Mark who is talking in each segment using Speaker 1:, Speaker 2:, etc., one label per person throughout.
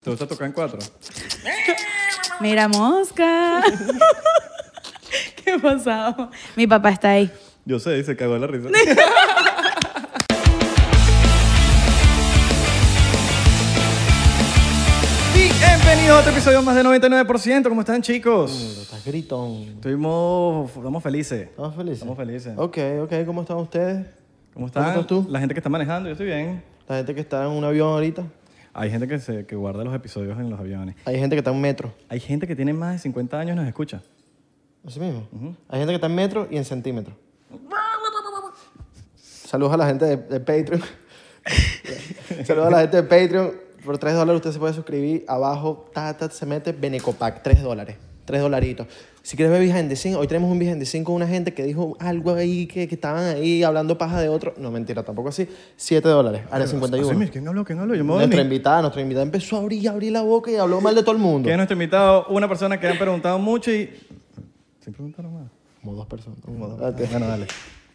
Speaker 1: ¿Te gusta tocar en cuatro?
Speaker 2: Mira, mosca. Qué pasado. Mi papá está ahí.
Speaker 1: Yo sé, y se cagó la risa. Bienvenidos a otro episodio más de 99%. ¿Cómo están, chicos?
Speaker 3: Estás gritón.
Speaker 1: Estuvimos, estamos felices.
Speaker 3: ¿Estamos felices?
Speaker 1: Estamos felices.
Speaker 3: Ok, ok, ¿cómo están ustedes?
Speaker 1: ¿Cómo están?
Speaker 3: ¿Cómo estás tú?
Speaker 1: La gente que está manejando, yo estoy bien.
Speaker 3: La gente que está en un avión ahorita.
Speaker 1: Hay gente que, se, que guarda los episodios en los aviones.
Speaker 3: Hay gente que está en metro.
Speaker 1: Hay gente que tiene más de 50 años y nos escucha.
Speaker 3: Así mismo. Hay gente que está en metro y en centímetro. Saludos a la gente de, de Patreon. Saludos a la gente de Patreon. Por 3 dólares usted se puede suscribir. Abajo, tata, se mete Benecopac. 3 dólares. 3 dolaritos. Si quieres ver Behind the Scene, hoy tenemos un Behind the Scene con una gente que dijo algo ahí, que, que estaban ahí hablando paja de otro. No, mentira, tampoco así. 7 dólares. Área 51.
Speaker 1: Así, mira, ¿Quién habló? ¿Quién habló? Yo me voy a
Speaker 3: Nuestra
Speaker 1: dormir.
Speaker 3: invitada, nuestra invitada empezó a abrir, a abrir la boca y habló mal de todo el mundo.
Speaker 1: ¿Quién es nuestro invitado? Una persona que han preguntado mucho y... Sin preguntar más.
Speaker 3: Como dos personas. Ok.
Speaker 1: Bueno, dale.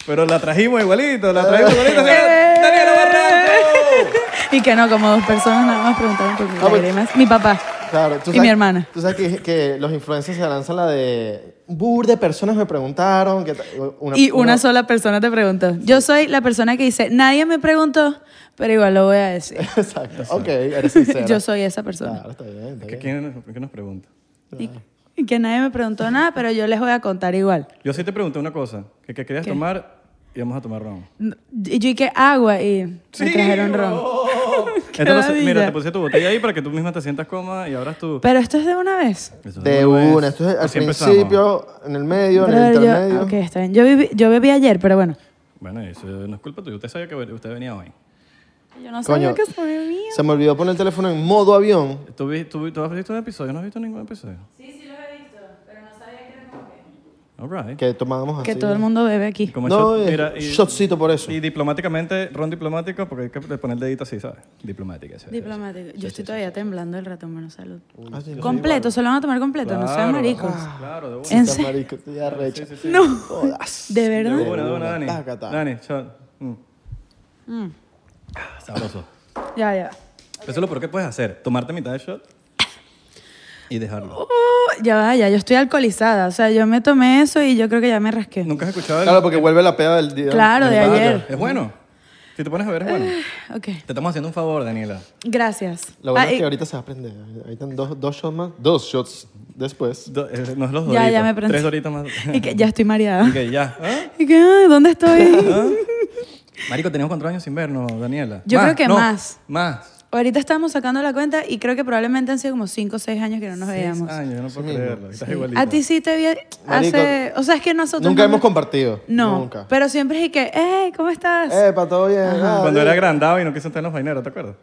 Speaker 1: Pero la trajimos igualito, la trajimos igualito. ¡Daniela Barranco!
Speaker 2: Y que no, como dos personas nada más preguntaron por mis
Speaker 3: Ah, pues-
Speaker 2: lágrimas. Mi papá.
Speaker 3: Claro, tú
Speaker 2: Y mi hermana.
Speaker 3: Tú sabes que, que los influencers se lanzan la de bur de personas me preguntaron. Que, ta- una,
Speaker 2: y una sola persona te preguntó. Yo soy la persona que dice, nadie me preguntó, pero igual lo voy a decir.
Speaker 3: Exacto. Ok, eres sincera.
Speaker 2: Yo soy esa persona.
Speaker 3: Claro, está bien,
Speaker 2: Eh.
Speaker 3: está
Speaker 1: ¿Qué-
Speaker 3: bien.
Speaker 1: ¿Quién por qué nos pregunta?
Speaker 2: Y, y que nadie me preguntó nada, pero yo les voy a contar igual.
Speaker 1: Yo sí te pregunté una cosa. Que, que querías tomar y vamos a tomar ron.
Speaker 2: Y yo y que agua y me trajeron ron. Qué
Speaker 1: Entonces, mira,
Speaker 2: maravilla.
Speaker 1: te puse tu botella ahí para que tú misma te sientas cómoda y abras tu...
Speaker 2: Pero esto es de una vez.
Speaker 1: Eso
Speaker 3: De
Speaker 1: no es-
Speaker 3: una. Esto es al
Speaker 1: Así empezamos.
Speaker 3: principio, en el medio, en el
Speaker 2: Brother, yo-
Speaker 3: intermedio.
Speaker 2: ok, está bien. Yo, viví- yo bebí ayer, pero bueno.
Speaker 1: Bueno, eso no es culpa tuya. Usted sabía que usted venía hoy.
Speaker 2: Yo no
Speaker 3: Coño.
Speaker 2: sabía que se bebía.
Speaker 3: Se me olvidó poner el teléfono en modo avión.
Speaker 1: ¿Tú, vi- tú, tú has visto un episodio? ¿No has visto ningún episodio?
Speaker 2: Sí, sí los he visto, pero no sabía que era como
Speaker 1: All right.
Speaker 3: Que tomábamos así.
Speaker 2: Que todo el mundo bebe aquí.
Speaker 1: Como
Speaker 3: No,
Speaker 1: shot-
Speaker 3: es
Speaker 1: mira, y-
Speaker 3: shotcito por eso.
Speaker 1: Y diplomáticamente, ron diplomático, porque hay que poner el dedito así, ¿sabes? Diplomática. sí, sí, sí.
Speaker 2: Diplomático. Yo estoy todavía temblando el ratón, menos salud.
Speaker 3: Ah, sí, no.
Speaker 2: Completo, se lo van a tomar completo, no sean
Speaker 1: Claro. Ah,
Speaker 2: maricos.
Speaker 1: Claro, de una.
Speaker 2: ¿En
Speaker 3: Está
Speaker 2: serio?
Speaker 3: marico, estoy arrecho.
Speaker 2: No, de verdad.
Speaker 1: De una, de una, Dani.
Speaker 3: Tácata.
Speaker 1: Dani, shot. Mm.
Speaker 2: Mm.
Speaker 1: Ah, Sabroso.
Speaker 2: Ya, ya.
Speaker 1: Eso es lo peor que puedes hacer, tomarte mitad de shot y dejarlo.
Speaker 2: Uh, ya va, ya, yo estoy alcoholizada. O sea, yo me tomé eso y yo creo que ya me rasqué.
Speaker 1: ¿Nunca has escuchado el-
Speaker 3: Claro, porque vuelve la peda del día.
Speaker 2: Claro, de
Speaker 3: Ah,
Speaker 2: ayer. Ah.
Speaker 1: Es bueno. Si te pones a ver, es bueno.
Speaker 2: Ok,
Speaker 1: Te estamos haciendo un favor, Daniela.
Speaker 2: gracias.
Speaker 3: Lo bueno
Speaker 2: Ah,
Speaker 3: es
Speaker 2: y-
Speaker 3: que ahorita se va a aprender. Ahorita en dos, dos shots más. Dos shots después.
Speaker 1: Do- eh, no es los doritos.
Speaker 2: ya, ya me prendí.
Speaker 1: Tres doritos más.
Speaker 2: Y que ya estoy mareada.
Speaker 1: ok, ya. ¿Ah?
Speaker 2: Y que, ay, ¿dónde estoy?
Speaker 1: Marico, tenemos cuatro años sin vernos, Daniela.
Speaker 2: Yo creo que
Speaker 1: no,
Speaker 2: más.
Speaker 1: Más.
Speaker 2: Ahorita estamos sacando la cuenta y creo que probablemente han sido como 5 o 6 años que no nos
Speaker 1: Seis
Speaker 2: veíamos.
Speaker 1: años, yo no puedo creerlo. Estás igualito.
Speaker 2: A ti sí te vi
Speaker 3: Marico,
Speaker 2: hace... O sea, es que nosotros...
Speaker 3: Nunca
Speaker 2: no-
Speaker 3: hemos compartido.
Speaker 2: No, Pues-
Speaker 3: Nunca.
Speaker 2: pero siempre es y que, hey, ¿cómo estás?
Speaker 3: Epa, todo bien. Ah,
Speaker 1: Cuando
Speaker 3: bien.
Speaker 1: era agrandado y no quiso estar en los vaineros, ¿te acuerdas?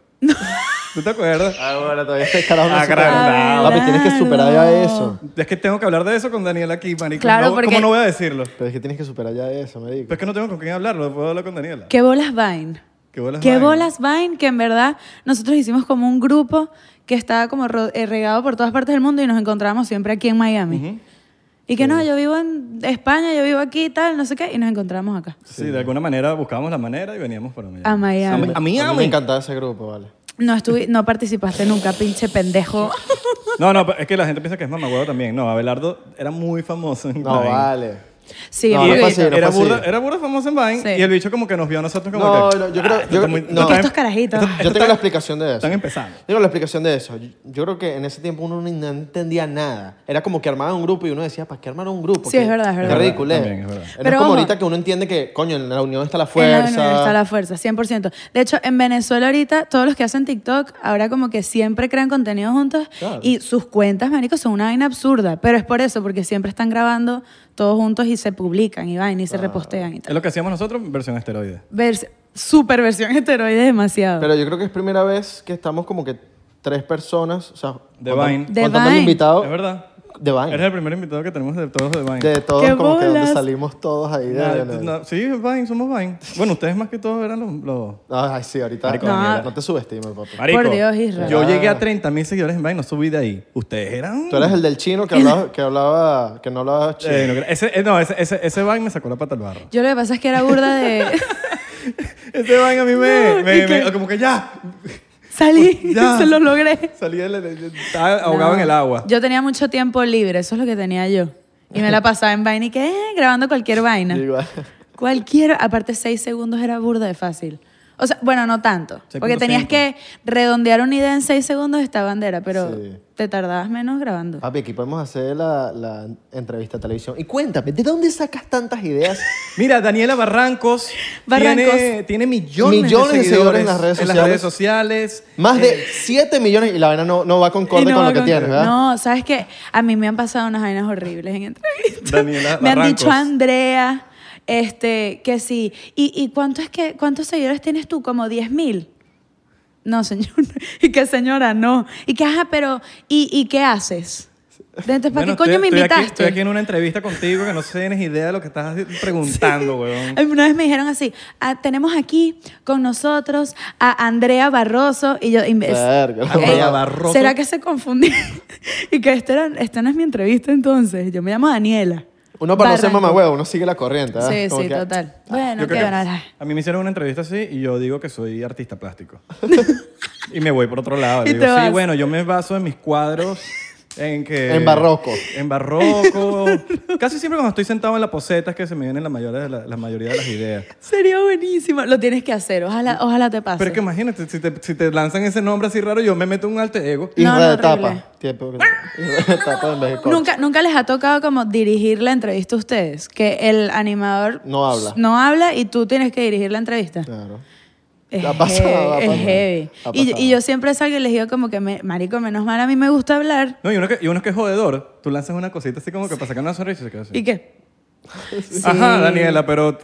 Speaker 1: ¿Tú te acuerdas?
Speaker 3: Ah, bueno, todavía este carajo no
Speaker 1: Ah,
Speaker 3: supera.
Speaker 1: agrandado.
Speaker 3: Papi, tienes que superar ya eso.
Speaker 1: Es que tengo que hablar de eso con Daniel aquí, marico.
Speaker 2: Claro,
Speaker 1: No,
Speaker 2: porque-
Speaker 1: ¿Cómo no voy a decirlo?
Speaker 3: Pero es que tienes que superar ya eso, me
Speaker 1: Pero es que no tengo con quién hablarlo, puedo hablar con Daniela.
Speaker 2: ¿Qué bolas Vine?
Speaker 1: ¿Qué bolas?
Speaker 2: ¿Qué
Speaker 1: vaina.
Speaker 2: bolas Vine? Que en verdad nosotros hicimos como un grupo que estaba como ro- eh, regado por todas partes del mundo y nos encontrábamos siempre aquí en Miami. Y que no, yo vivo en España, yo vivo aquí y tal, no sé qué, y nos encontramos acá.
Speaker 1: Sí, de alguna manera buscábamos la manera y veníamos para Miami.
Speaker 2: A Miami.
Speaker 1: A, mí, a
Speaker 3: me
Speaker 1: mí.
Speaker 3: encantaba ese grupo, vale.
Speaker 2: No, estuvi- no participaste nunca, pinche pendejo.
Speaker 1: No, no, pero es que la gente piensa que es mamagüevo también. No, Abelardo era muy famoso en
Speaker 3: No,
Speaker 1: Vine.
Speaker 3: vale.
Speaker 2: Sí,
Speaker 3: No,
Speaker 1: Y
Speaker 3: no
Speaker 2: porque-
Speaker 3: fue así, no
Speaker 1: era,
Speaker 3: fue
Speaker 1: burda,
Speaker 3: así.
Speaker 1: era burda famoso en Vine
Speaker 2: Sí.
Speaker 1: y el bicho como que nos vio a nosotros como
Speaker 3: No,
Speaker 1: que...
Speaker 3: no, yo creo-
Speaker 1: "Ah,
Speaker 3: yo-
Speaker 1: está muy-
Speaker 3: no. eh,
Speaker 1: está
Speaker 3: Que
Speaker 2: estos carajitos.
Speaker 1: esto
Speaker 3: Yo
Speaker 1: está-
Speaker 3: tengo la explicación de eso.
Speaker 1: Están
Speaker 3: Yo
Speaker 1: empezando.
Speaker 3: tengo la explicación de eso. Yo, yo creo que en ese tiempo uno ni- no entendía nada. Era como que armaban un grupo y uno decía, ¿para qué armaron un grupo?
Speaker 2: Sí,
Speaker 3: Qué-
Speaker 2: es verdad, es
Speaker 3: qué
Speaker 2: verdad.
Speaker 3: ridículo es.
Speaker 1: También es verdad.
Speaker 3: No
Speaker 2: Pero
Speaker 3: es como
Speaker 2: ojo.
Speaker 3: ahorita que uno entiende que, coño, en la unión está la
Speaker 2: En la
Speaker 3: fuerza.
Speaker 2: universidad está la fuerza, 100%. De hecho, en Venezuela ahorita, todos los que hacen TikTok, ahora como que siempre crean contenido juntos y sus cuentas, marico, son una vaina absurda. Pero es por eso, porque siempre están grabando todos juntos y se publican y vaina y se repostean y
Speaker 1: Es
Speaker 2: tal.
Speaker 1: lo que hacíamos nosotros, versión esteroide.
Speaker 2: Vers super versión esteroide demasiado.
Speaker 3: Pero yo creo que es primera vez que estamos como que tres personas, o sea,
Speaker 1: De
Speaker 3: contando-
Speaker 1: Vine.
Speaker 2: De
Speaker 3: contando el
Speaker 2: Vine.
Speaker 3: invitado
Speaker 1: Es verdad.
Speaker 3: de Vine.
Speaker 1: Eres el primer invitado que tenemos de todos de Vine.
Speaker 3: De todos,
Speaker 2: ¡Qué
Speaker 3: como que donde
Speaker 2: bolas!
Speaker 3: salimos todos ahí. De,
Speaker 1: Nah,
Speaker 3: de-
Speaker 1: tú- no, sí, Vine, somos Vine. Bueno, ustedes más que todos eran los... los-
Speaker 3: Ay, sí, ahorita.
Speaker 1: Marico,
Speaker 3: no,
Speaker 2: Daniela.
Speaker 3: no te subestimes, papi.
Speaker 2: Por Dios, Israel.
Speaker 1: Yo llegué a 30 mil seguidores en Vine, no subí de ahí. Ustedes eran...
Speaker 3: Tú eres el del chino que hablaba, que, hablaba, que no hablaba chino.
Speaker 1: Eh, no, gra- ese, eh, no, ese, ese, ese Vine me sacó la pata al barro.
Speaker 2: Yo lo que pasa es que era burda de...
Speaker 1: Ese Vine a mí me...
Speaker 2: No,
Speaker 1: me-
Speaker 2: y que-
Speaker 1: me- como que ya.
Speaker 2: Salí,
Speaker 1: Pues Ya.
Speaker 2: se lo logré.
Speaker 1: Salí del- del- del- estaba ahogado en el agua.
Speaker 2: Yo tenía mucho tiempo libre, eso es lo que tenía yo. Y me la pasaba en vaina y que, eh, grabando cualquier vaina.
Speaker 3: Igual.
Speaker 2: Cualquier, aparte seis segundos era burda de fácil. O sea, bueno, no tanto. Porque
Speaker 1: 6.5.
Speaker 2: tenías que redondear una idea en seis segundos esta bandera, pero
Speaker 3: Sí.
Speaker 2: te tardabas menos grabando.
Speaker 3: Papi, aquí podemos hacer la, la entrevista a televisión. Y cuéntame, ¿de dónde sacas tantas ideas?
Speaker 1: Mira, Daniela Barrancos,
Speaker 2: Barrancos.
Speaker 1: Tiene, tiene millones,
Speaker 3: Millones
Speaker 1: de, seguidores
Speaker 3: en las redes
Speaker 1: En las
Speaker 3: sociales.
Speaker 1: redes sociales. Eh,
Speaker 3: Más de 7 millones y la vaina no, no va
Speaker 2: Eh. Y
Speaker 3: concorde
Speaker 2: no
Speaker 3: con
Speaker 2: va
Speaker 3: lo que
Speaker 2: con-
Speaker 3: tienes, ¿verdad?
Speaker 2: No, sabes que a mí me han pasado unas vainas horribles en entrevistas.
Speaker 1: Daniela
Speaker 2: me han dicho
Speaker 1: Barrancos.
Speaker 2: Andrea, este, que sí. ¿Y, y cuánto es que, cuántos seguidores tienes tú? ¿Como 10 mil? No, señor. Y que señora, no. Y que, ajá, pero, ¿y, y qué haces? Entonces, ¿para
Speaker 1: Bueno,
Speaker 2: qué coño
Speaker 1: estoy-
Speaker 2: me
Speaker 1: estoy aquí-
Speaker 2: invitaste?
Speaker 1: estoy aquí en una entrevista contigo que no tienes idea de lo que estás preguntando, weón.
Speaker 2: Una vez me dijeron así, "Ah, tenemos aquí con nosotros a Andrea Barroso y yo... y me-
Speaker 3: Verga, la
Speaker 1: Andrea
Speaker 3: verdad.
Speaker 1: Barroso.
Speaker 2: ¿Será que se confundí? y que esta, era- esta no es mi entrevista entonces, yo me llamo Daniela.
Speaker 3: Uno para no ser
Speaker 2: Barranco.
Speaker 3: mamagüevo, uno sigue la corriente,
Speaker 1: Ah,
Speaker 3: ¿verdad?
Speaker 2: Sí,
Speaker 3: Como
Speaker 2: sí,
Speaker 3: que-
Speaker 2: total. Bueno,
Speaker 1: Yo
Speaker 2: qué
Speaker 1: creo que
Speaker 2: bueno.
Speaker 1: a mí me hicieron una entrevista así y yo digo que soy artista plástico. y me voy por otro lado.
Speaker 2: Y
Speaker 1: Le
Speaker 2: te
Speaker 1: digo, sí,
Speaker 2: vas.
Speaker 1: bueno, yo me baso en mis cuadros. En, que,
Speaker 3: En barroco.
Speaker 1: En barroco. Casi siempre cuando estoy sentado en la poseta es que se me vienen la mayoría de, la, la mayoría de las ideas.
Speaker 2: Sería buenísimo. Lo tienes que hacer, ojalá, ojalá te pase.
Speaker 1: Pero es que imagínate, si te, si te lanzan ese nombre así raro, yo me meto un alter ego.
Speaker 3: Isra
Speaker 2: No, no,
Speaker 3: de
Speaker 2: horrible.
Speaker 3: tapa. Tiempo- Isra de tapa en vez de corcho.
Speaker 2: ¿Nunca, nunca les ha tocado como dirigir la entrevista a ustedes, que el animador
Speaker 3: No habla.
Speaker 2: no habla y tú tienes que dirigir la
Speaker 1: Ah.
Speaker 2: entrevista.
Speaker 3: Claro.
Speaker 2: Es
Speaker 3: Ha pasado,
Speaker 2: heavy,
Speaker 3: ha
Speaker 2: es
Speaker 3: pasado.
Speaker 2: heavy.
Speaker 3: Ha
Speaker 2: Y, yo-
Speaker 3: pasado.
Speaker 2: y yo siempre salgo y les digo como que, me- marico, menos mal, a mí me gusta hablar.
Speaker 1: No, y uno, que, y uno que es jodedor, tú lanzas una cosita así como que para sacar una sonrisa y se queda así.
Speaker 2: ¿Y qué?
Speaker 1: Ajá,
Speaker 2: Sí.
Speaker 1: Daniela, pero...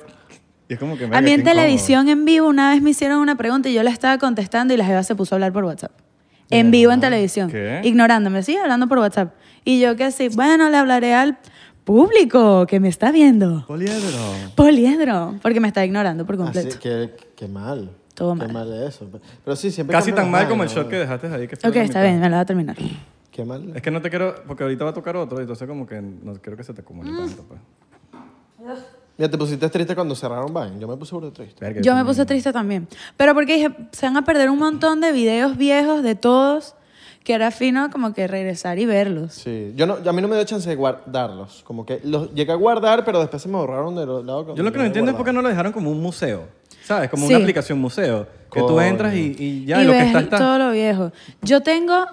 Speaker 1: y es como que...
Speaker 2: A
Speaker 1: verga,
Speaker 2: mí en
Speaker 1: qué incómodo.
Speaker 2: televisión en vivo una vez me hicieron una pregunta y yo la estaba contestando y la jeva se puso a hablar por WhatsApp. En vivo en televisión.
Speaker 1: ¿Qué?
Speaker 2: Ignorándome, sí, hablando por WhatsApp. Y yo que sí, bueno, le hablaré al público que me está viendo.
Speaker 1: Poliedro.
Speaker 2: Poliedro, porque me está ignorando
Speaker 1: Ah,
Speaker 2: por completo.
Speaker 3: Así que, qué mal.
Speaker 2: Todo
Speaker 3: qué
Speaker 2: mal.
Speaker 3: mal eso. Pero sí, siempre.
Speaker 1: Casi
Speaker 3: cambian
Speaker 1: tan
Speaker 3: las
Speaker 1: mal como el
Speaker 3: vainas,
Speaker 1: shot que
Speaker 3: ¿no?
Speaker 1: dejaste ahí. Que fue
Speaker 2: Ok,
Speaker 1: la
Speaker 2: está
Speaker 1: mitad.
Speaker 2: bien, me la va a terminar.
Speaker 3: Qué mal.
Speaker 1: Es que no te quiero, porque ahorita va a tocar otro, entonces como que no quiero que se te acumule
Speaker 2: Mm.
Speaker 1: tanto. Pues.
Speaker 3: Mira, te pusiste triste cuando cerraron Vine. Yo me puse burda triste.
Speaker 1: Verga,
Speaker 2: Yo me puse triste también. Pero porque dije, se van a perder un montón de videos viejos de todos, que era fino como que regresar y verlos.
Speaker 3: Sí. Yo no, a mí no me dio chance de guardarlos. Como que los llegué a guardar, pero después se me borraron del lado.
Speaker 1: Yo lo que no entiendo es por qué no lo dejaron como un museo, ¿sabes? Como
Speaker 2: Sí.
Speaker 1: una aplicación museo. Que tú
Speaker 3: Coño.
Speaker 1: entras y, y ya,
Speaker 2: y
Speaker 1: lo
Speaker 2: ves
Speaker 1: que está, está.
Speaker 2: todo lo viejo. Yo tengo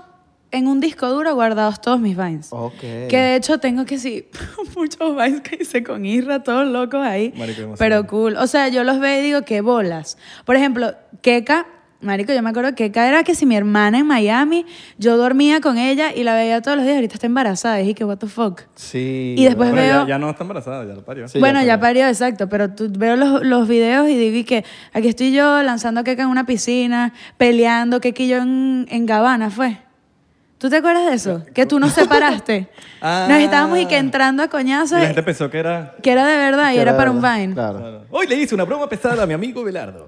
Speaker 2: en un disco duro guardados todos mis vines.
Speaker 3: Ok.
Speaker 2: Que de hecho tengo que sí, muchos vines que hice con Isra, todos locos ahí.
Speaker 1: Marico, demasiado.
Speaker 2: pero cool. O sea, yo los veo y digo, qué bolas. Por ejemplo, Keka, Marico, yo me acuerdo que Keka era que si mi hermana en Miami, yo dormía con ella y la veía todos los días, ahorita está embarazada. Y dije, que what the fuck.
Speaker 3: Sí.
Speaker 2: Y después
Speaker 1: Pero
Speaker 2: veo-
Speaker 1: ya, ya no está embarazada, ya lo parió.
Speaker 3: Sí,
Speaker 2: bueno,
Speaker 3: ya
Speaker 2: ya parió, exacto, pero tú veo los, los videos y digo y que aquí estoy yo lanzando a Keka en una piscina, peleando, Keki y yo en, en Gabana, fue. ¿Tú te acuerdas de eso? Que tú nos separaste.
Speaker 1: Ah.
Speaker 2: Nos estábamos y que entrando a
Speaker 1: Y
Speaker 2: coñazos,
Speaker 1: la gente pensó que era...
Speaker 2: que era de verdad y
Speaker 3: Que
Speaker 2: era, para
Speaker 3: de
Speaker 2: un
Speaker 3: verdad,
Speaker 2: Vine.
Speaker 3: Claro.
Speaker 1: Hoy le hice una broma pesada a mi amigo Belardo.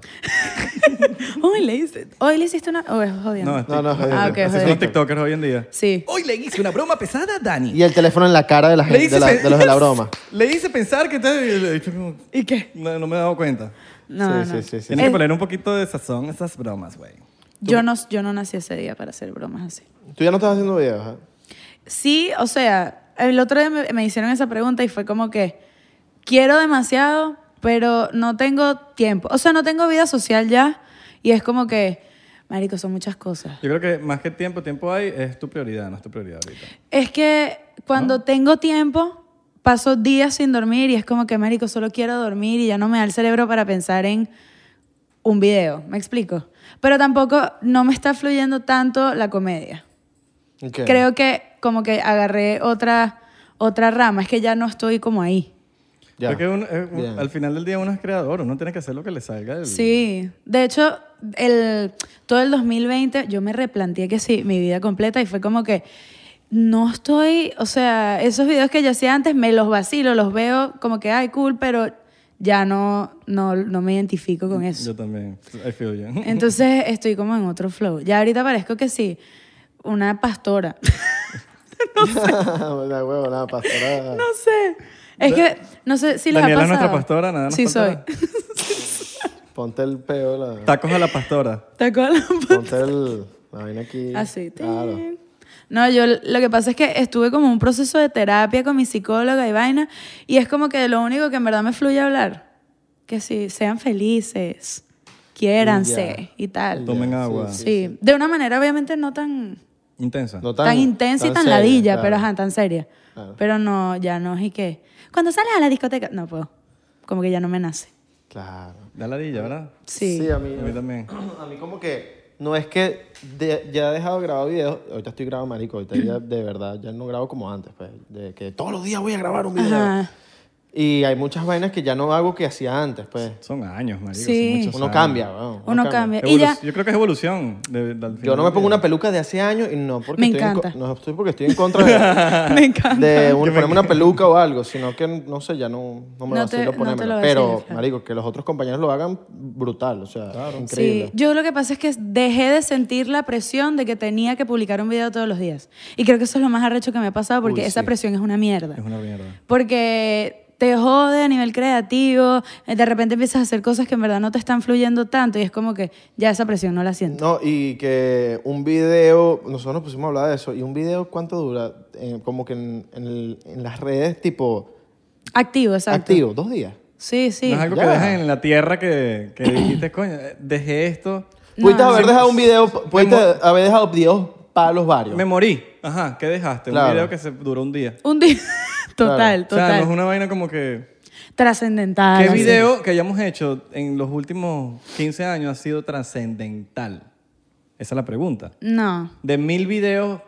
Speaker 2: Hoy, le hice- hoy le hiciste una... Oh, es jodiendo.
Speaker 1: No, es
Speaker 3: No, no,
Speaker 1: TikTok.
Speaker 3: jodido.
Speaker 2: Ah, ok,
Speaker 1: Así son
Speaker 2: jodido.
Speaker 1: los tiktokers hoy en día.
Speaker 2: Sí.
Speaker 1: Hoy le hice una broma pesada a Dani.
Speaker 3: Y el teléfono en la cara de, la
Speaker 1: Le
Speaker 3: gente,
Speaker 1: hice
Speaker 3: de, la-
Speaker 1: pe-
Speaker 3: de los de la broma.
Speaker 1: Le hice pensar que... te- le- le-
Speaker 2: ¿Y qué?
Speaker 1: No, no me he dado cuenta.
Speaker 2: No,
Speaker 3: Sí,
Speaker 2: no.
Speaker 3: sí, sí, sí.
Speaker 1: Tienes
Speaker 2: Eh,
Speaker 1: que poner un poquito de sazón a esas bromas, güey.
Speaker 2: yo, no, yo no nací ese día para hacer bromas así.
Speaker 3: Tú ya no estás haciendo videos, ¿eh?
Speaker 2: Sí, o sea, el otro día me, me hicieron esa pregunta y fue como que quiero demasiado, pero no tengo tiempo. O sea, no tengo vida social ya y es como que, marico, son muchas cosas.
Speaker 1: Yo creo que más que tiempo, tiempo hay, es tu prioridad, no es tu prioridad ahorita.
Speaker 2: Es que cuando tengo tiempo, paso días sin dormir y es como que, marico, solo quiero dormir y ya no me da el cerebro para pensar en un video, ¿me explico? Pero tampoco no me está fluyendo tanto la comedia.
Speaker 3: Ok.
Speaker 2: Creo que como que agarré otra, otra rama, es que ya no estoy como ahí.
Speaker 3: Ya.
Speaker 1: Porque uno, eh, un-
Speaker 3: Bien.
Speaker 1: al final del día uno es creador, uno tiene que hacer lo que le salga. del-
Speaker 2: Sí, de hecho, el, todo el 2020 yo me replanteé que sí, mi vida completa y fue como que no estoy, o sea, esos videos que yo hacía antes me los vacilo, los veo como que, ay, cool, pero ya no, no, no me identifico con eso.
Speaker 1: Yo también. I feel you.
Speaker 2: Eh, Entonces estoy como en otro flow. Ya ahorita parezco que sí, una pastora.
Speaker 3: Una huevo, nada, pastora.
Speaker 2: No sé. Es que no sé si les
Speaker 1: Daniela
Speaker 2: ha
Speaker 1: es nuestra
Speaker 2: pasado.
Speaker 1: pastora, nada nos
Speaker 2: Sí soy.
Speaker 1: faltará.
Speaker 3: Ponte el peo, la,
Speaker 1: Tacos a la pastora.
Speaker 2: ¿Te acuerdas?
Speaker 3: ponte el, la vaina aquí.
Speaker 2: Así. tin.
Speaker 3: Claro.
Speaker 2: No, yo lo que pasa es que estuve como en un proceso de terapia con mi psicóloga y vaina, y es como que lo único que en verdad me fluye hablar. Que sí, sean felices, quiéranse y tal.
Speaker 1: Tomen agua.
Speaker 2: Sí, de una manera obviamente no tan,
Speaker 1: Intensa.
Speaker 3: No
Speaker 2: tan, intensa y tan
Speaker 3: seria,
Speaker 2: ladilla,
Speaker 3: claro.
Speaker 2: pero ajá, tan seria.
Speaker 3: Claro.
Speaker 2: Pero no, ya no, y que cuando sales a la discoteca, no puedo, como que ya no me nace.
Speaker 3: Claro.
Speaker 1: Da ladilla, ¿verdad?
Speaker 2: Sí.
Speaker 3: a mí.
Speaker 1: A mí también.
Speaker 3: A mí como que no es que de- ya he dejado de grabar videos, ahorita estoy grabando marico, ahorita ya de verdad ya no grabo como antes, pues, de que todos los días voy a grabar un video.
Speaker 2: Ajá.
Speaker 3: Y hay muchas vainas que ya no hago que hacía antes, pues.
Speaker 1: Son años, marico.
Speaker 2: Sí.
Speaker 1: son muchos
Speaker 3: Uno
Speaker 1: años.
Speaker 3: cambia, weón, uno
Speaker 2: Uno
Speaker 3: cambia.
Speaker 2: cambia. Y ya,
Speaker 1: Evolu- Yo creo que es evolución. de- de- al
Speaker 3: Yo
Speaker 1: final
Speaker 3: no me
Speaker 1: del
Speaker 3: pongo
Speaker 1: día.
Speaker 3: una peluca de hace años y no porque
Speaker 2: Me
Speaker 3: estoy en
Speaker 2: encanta.
Speaker 3: co- no estoy porque estoy en contra de,
Speaker 2: me encanta.
Speaker 3: de un- ponerme una peluca o algo, sino que no sé, ya no, no me
Speaker 2: No te-
Speaker 3: vacilo
Speaker 2: no te
Speaker 3: ponérmela.
Speaker 2: lo
Speaker 3: Pero,
Speaker 2: vacilas, claro.
Speaker 3: marico, que los otros compañeros lo hagan brutal, o sea, increíble.
Speaker 2: Sí, yo lo que pasa es que dejé de sentir la presión de que tenía que publicar un video todos los días. Y creo que eso es lo más arrecho que me ha pasado porque
Speaker 3: Uy,
Speaker 2: esa
Speaker 3: sí.
Speaker 2: presión es una mierda.
Speaker 1: Es una mierda.
Speaker 2: Porque te jode a nivel creativo, eh, de repente empiezas a hacer cosas que en verdad no te están fluyendo tanto y es como que ya esa presión no la siento.
Speaker 3: No, y que un video, nosotros nos pusimos a hablar de eso, y un video cuánto dura, Eh, como que en, en el- en las redes, tipo,
Speaker 2: Activo, exacto.
Speaker 3: activo, dos días.
Speaker 2: Sí, sí.
Speaker 1: No es algo
Speaker 3: Ya.
Speaker 1: que dejas en la tierra que, que dijiste, coño, eh, dejé esto,
Speaker 2: No,
Speaker 3: Pudiste
Speaker 2: no.
Speaker 3: haber dejado un video, pudiste
Speaker 1: mo-
Speaker 3: haber dejado videos palos varios.
Speaker 1: me morí. Ajá, ¿qué dejaste?
Speaker 3: Claro.
Speaker 1: Un video que se duró un día.
Speaker 2: Un día.
Speaker 3: Claro.
Speaker 2: total,
Speaker 1: O sea,
Speaker 2: total. Ah,
Speaker 1: no es una vaina como que...
Speaker 2: Trascendental.
Speaker 1: ¿Qué
Speaker 2: así.
Speaker 1: video que hayamos hecho en los últimos 15 años ha sido trascendental? Esa es la pregunta.
Speaker 2: No.
Speaker 1: De mil videos,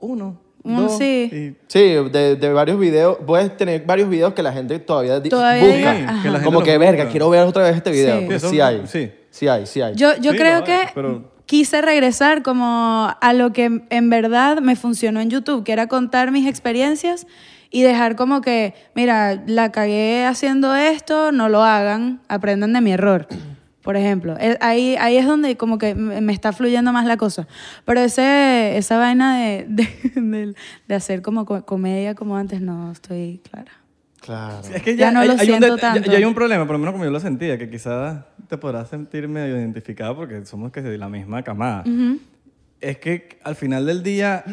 Speaker 1: uno,
Speaker 2: Uno,
Speaker 1: dos,
Speaker 2: Mm, sí.
Speaker 1: y-
Speaker 3: Sí, de, de varios videos, puedes tener varios videos que la gente todavía, di-
Speaker 2: Todavía
Speaker 3: busca.
Speaker 2: diga,
Speaker 1: Sí, que la gente
Speaker 3: como
Speaker 1: los
Speaker 3: que, verga,
Speaker 1: busca".
Speaker 3: quiero ver otra vez este video.
Speaker 2: Sí.
Speaker 1: Sí,
Speaker 3: porque
Speaker 1: son-
Speaker 3: Sí, hay.
Speaker 1: sí.
Speaker 3: Sí hay, sí hay.
Speaker 2: Yo, yo
Speaker 1: Sí,
Speaker 2: creo
Speaker 1: lo
Speaker 2: que
Speaker 1: hay, pero-
Speaker 2: quise regresar como a lo que en verdad me funcionó en YouTube, que era contar mis experiencias y dejar como que, mira, la cagué haciendo esto, no lo hagan, aprendan de mi error. Por ejemplo, Eh, ahí, ahí es donde como que me me está fluyendo más la cosa. Pero ese, esa vaina de, de, del- de hacer como co- comedia como antes, no estoy clara.
Speaker 3: Claro.
Speaker 1: Es que
Speaker 2: Ya
Speaker 1: ya,
Speaker 2: no
Speaker 1: hay,
Speaker 2: lo
Speaker 1: hay un
Speaker 2: siento
Speaker 1: det- ya-
Speaker 2: tanto.
Speaker 1: ya hay un problema, por lo menos como yo lo sentía, que quizás te podrás sentir medio identificado porque somos que de la misma camada. Es que al final del día,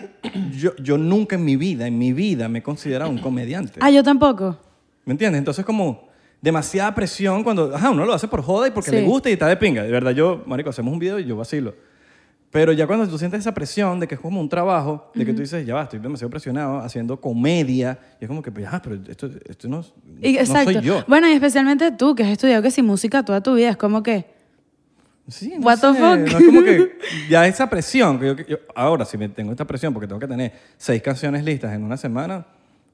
Speaker 1: yo, yo nunca en mi vida, en mi vida, me he considerado un comediante.
Speaker 2: Ah, yo tampoco.
Speaker 1: ¿Me entiendes? Entonces, como demasiada presión cuando, ajá, uno lo hace por joda y porque
Speaker 2: Sí.
Speaker 1: le gusta y está de pinga. De verdad, yo, marico, hacemos un video y yo vacilo. Pero ya cuando tú sientes esa presión de que es como un trabajo, de que tú dices, ya va, estoy demasiado presionado haciendo comedia, y es como que, pues, ah, pero esto, esto no,
Speaker 2: Y-
Speaker 1: no
Speaker 2: exacto.
Speaker 1: soy yo.
Speaker 2: Bueno, y especialmente tú, que has estudiado que si música toda tu vida, es como que...
Speaker 1: Sí,
Speaker 2: What the fuck?
Speaker 1: No es como que ya esa presión, que yo, que yo- ahora si me tengo esta presión porque tengo que tener seis canciones listas en una semana,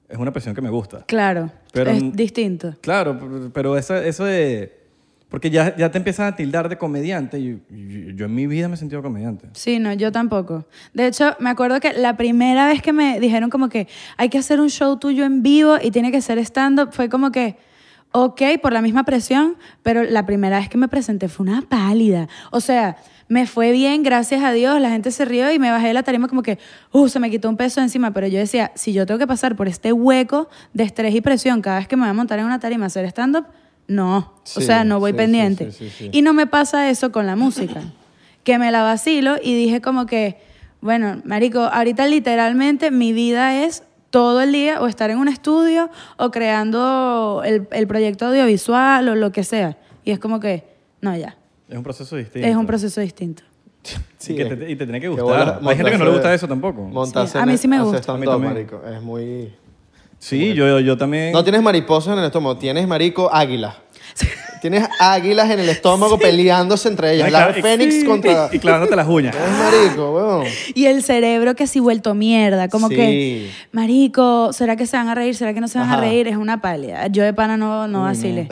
Speaker 1: es una presión que me gusta.
Speaker 2: Claro,
Speaker 1: Pero
Speaker 2: es
Speaker 1: n-
Speaker 2: distinto.
Speaker 1: Claro, pero- pero eso, eso de... Porque ya, ya te empiezan a tildar de comediante y y- yo, en mi vida me he sentido comediante.
Speaker 2: Sí, no, yo tampoco. De hecho, me acuerdo que la primera vez que me dijeron como que hay que hacer un show tuyo en vivo y tiene que ser stand-up, fue como que, ok, por la misma presión, pero la primera vez que me presenté fue una pálida. O sea, me fue bien, gracias a Dios, la gente se rió y me bajé de la tarima como que, uh, se me quitó un peso encima, pero yo decía, si yo tengo que pasar por este hueco de estrés y presión cada vez que me voy a montar en una tarima a hacer stand-up, no. o
Speaker 3: Sí,
Speaker 2: sea, no voy
Speaker 3: sí, sí,
Speaker 2: pendiente.
Speaker 3: sí, sí, sí.
Speaker 2: Y no me pasa eso con la música. que me la vacilo y dije como que, bueno, marico, ahorita literalmente mi vida es todo el día o estar en un estudio o creando el, el proyecto audiovisual o lo que sea. Y es como que, no, ya.
Speaker 1: Es un proceso distinto.
Speaker 2: Es un proceso distinto.
Speaker 1: Y, que te, y te tiene que
Speaker 3: Qué
Speaker 1: gustar.
Speaker 3: bola
Speaker 1: Hay gente que no le
Speaker 3: montarse-
Speaker 1: gusta eso tampoco.
Speaker 3: montarse
Speaker 2: Sí, a
Speaker 3: en
Speaker 2: mí
Speaker 3: el-
Speaker 2: sí me
Speaker 3: hacer
Speaker 2: gusta.
Speaker 3: stand-up,
Speaker 1: A mí también.
Speaker 3: marico, Es muy...
Speaker 1: sí, yo, yo también...
Speaker 3: No tienes mariposas en el estómago, tienes marico águilas. Tienes águilas en el estómago peleándose entre ellas.
Speaker 1: Ay,
Speaker 3: La
Speaker 1: claro, y-
Speaker 3: Fénix
Speaker 1: sí,
Speaker 3: contra.
Speaker 1: Y clavándote las uñas.
Speaker 3: Es marico, weón.
Speaker 2: Y el cerebro que si vuelto mierda, como
Speaker 3: Sí.
Speaker 2: que, marico, ¿será que se van a reír? ¿Será que no se van a
Speaker 3: Ajá.
Speaker 2: reír? Es una pálida. Yo de pana no, no vacile.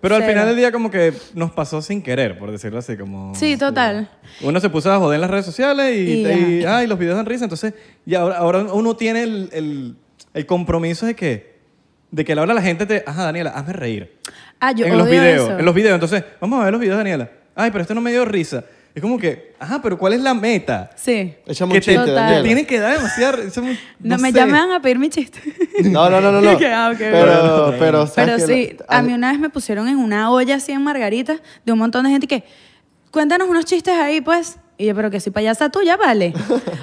Speaker 1: Pero al
Speaker 2: Cero.
Speaker 1: final del día como que nos pasó sin querer, por decirlo así, como...
Speaker 2: Sí, total.
Speaker 1: Uno se puso a joder en las redes sociales y,
Speaker 2: Y
Speaker 1: y, ay, los videos dan risa. Entonces, y ahora, ahora uno tiene el, el- el compromiso de que, de que a la hora la gente te... Ajá, Daniela, hazme reír.
Speaker 2: Ah, yo
Speaker 1: en los
Speaker 2: odio
Speaker 1: videos.
Speaker 2: eso.
Speaker 1: En los videos. Entonces, vamos a ver los videos, Daniela. Ay, pero esto no me dio risa. Es como que, ajá, pero ¿cuál es la meta?
Speaker 2: Sí.
Speaker 3: Échame
Speaker 1: que te,
Speaker 3: un chiste,
Speaker 2: Total.
Speaker 1: te
Speaker 3: Daniela.
Speaker 1: tienen que dar demasiado... eso no-
Speaker 2: No,
Speaker 1: no
Speaker 2: me
Speaker 1: sé.
Speaker 2: llaman a pedir mi chiste.
Speaker 3: No, no, no, no. no.
Speaker 2: Que, ah, ok,
Speaker 3: pero,
Speaker 1: bueno.
Speaker 3: pero, ¿sabes
Speaker 2: Pero
Speaker 3: qué?
Speaker 2: sí,
Speaker 3: Ah,
Speaker 2: a mí una vez me pusieron en una olla así en Margarita de un montón de gente que, cuéntanos unos chistes ahí, pues. Y yo, pero que soy payasa tuya, vale.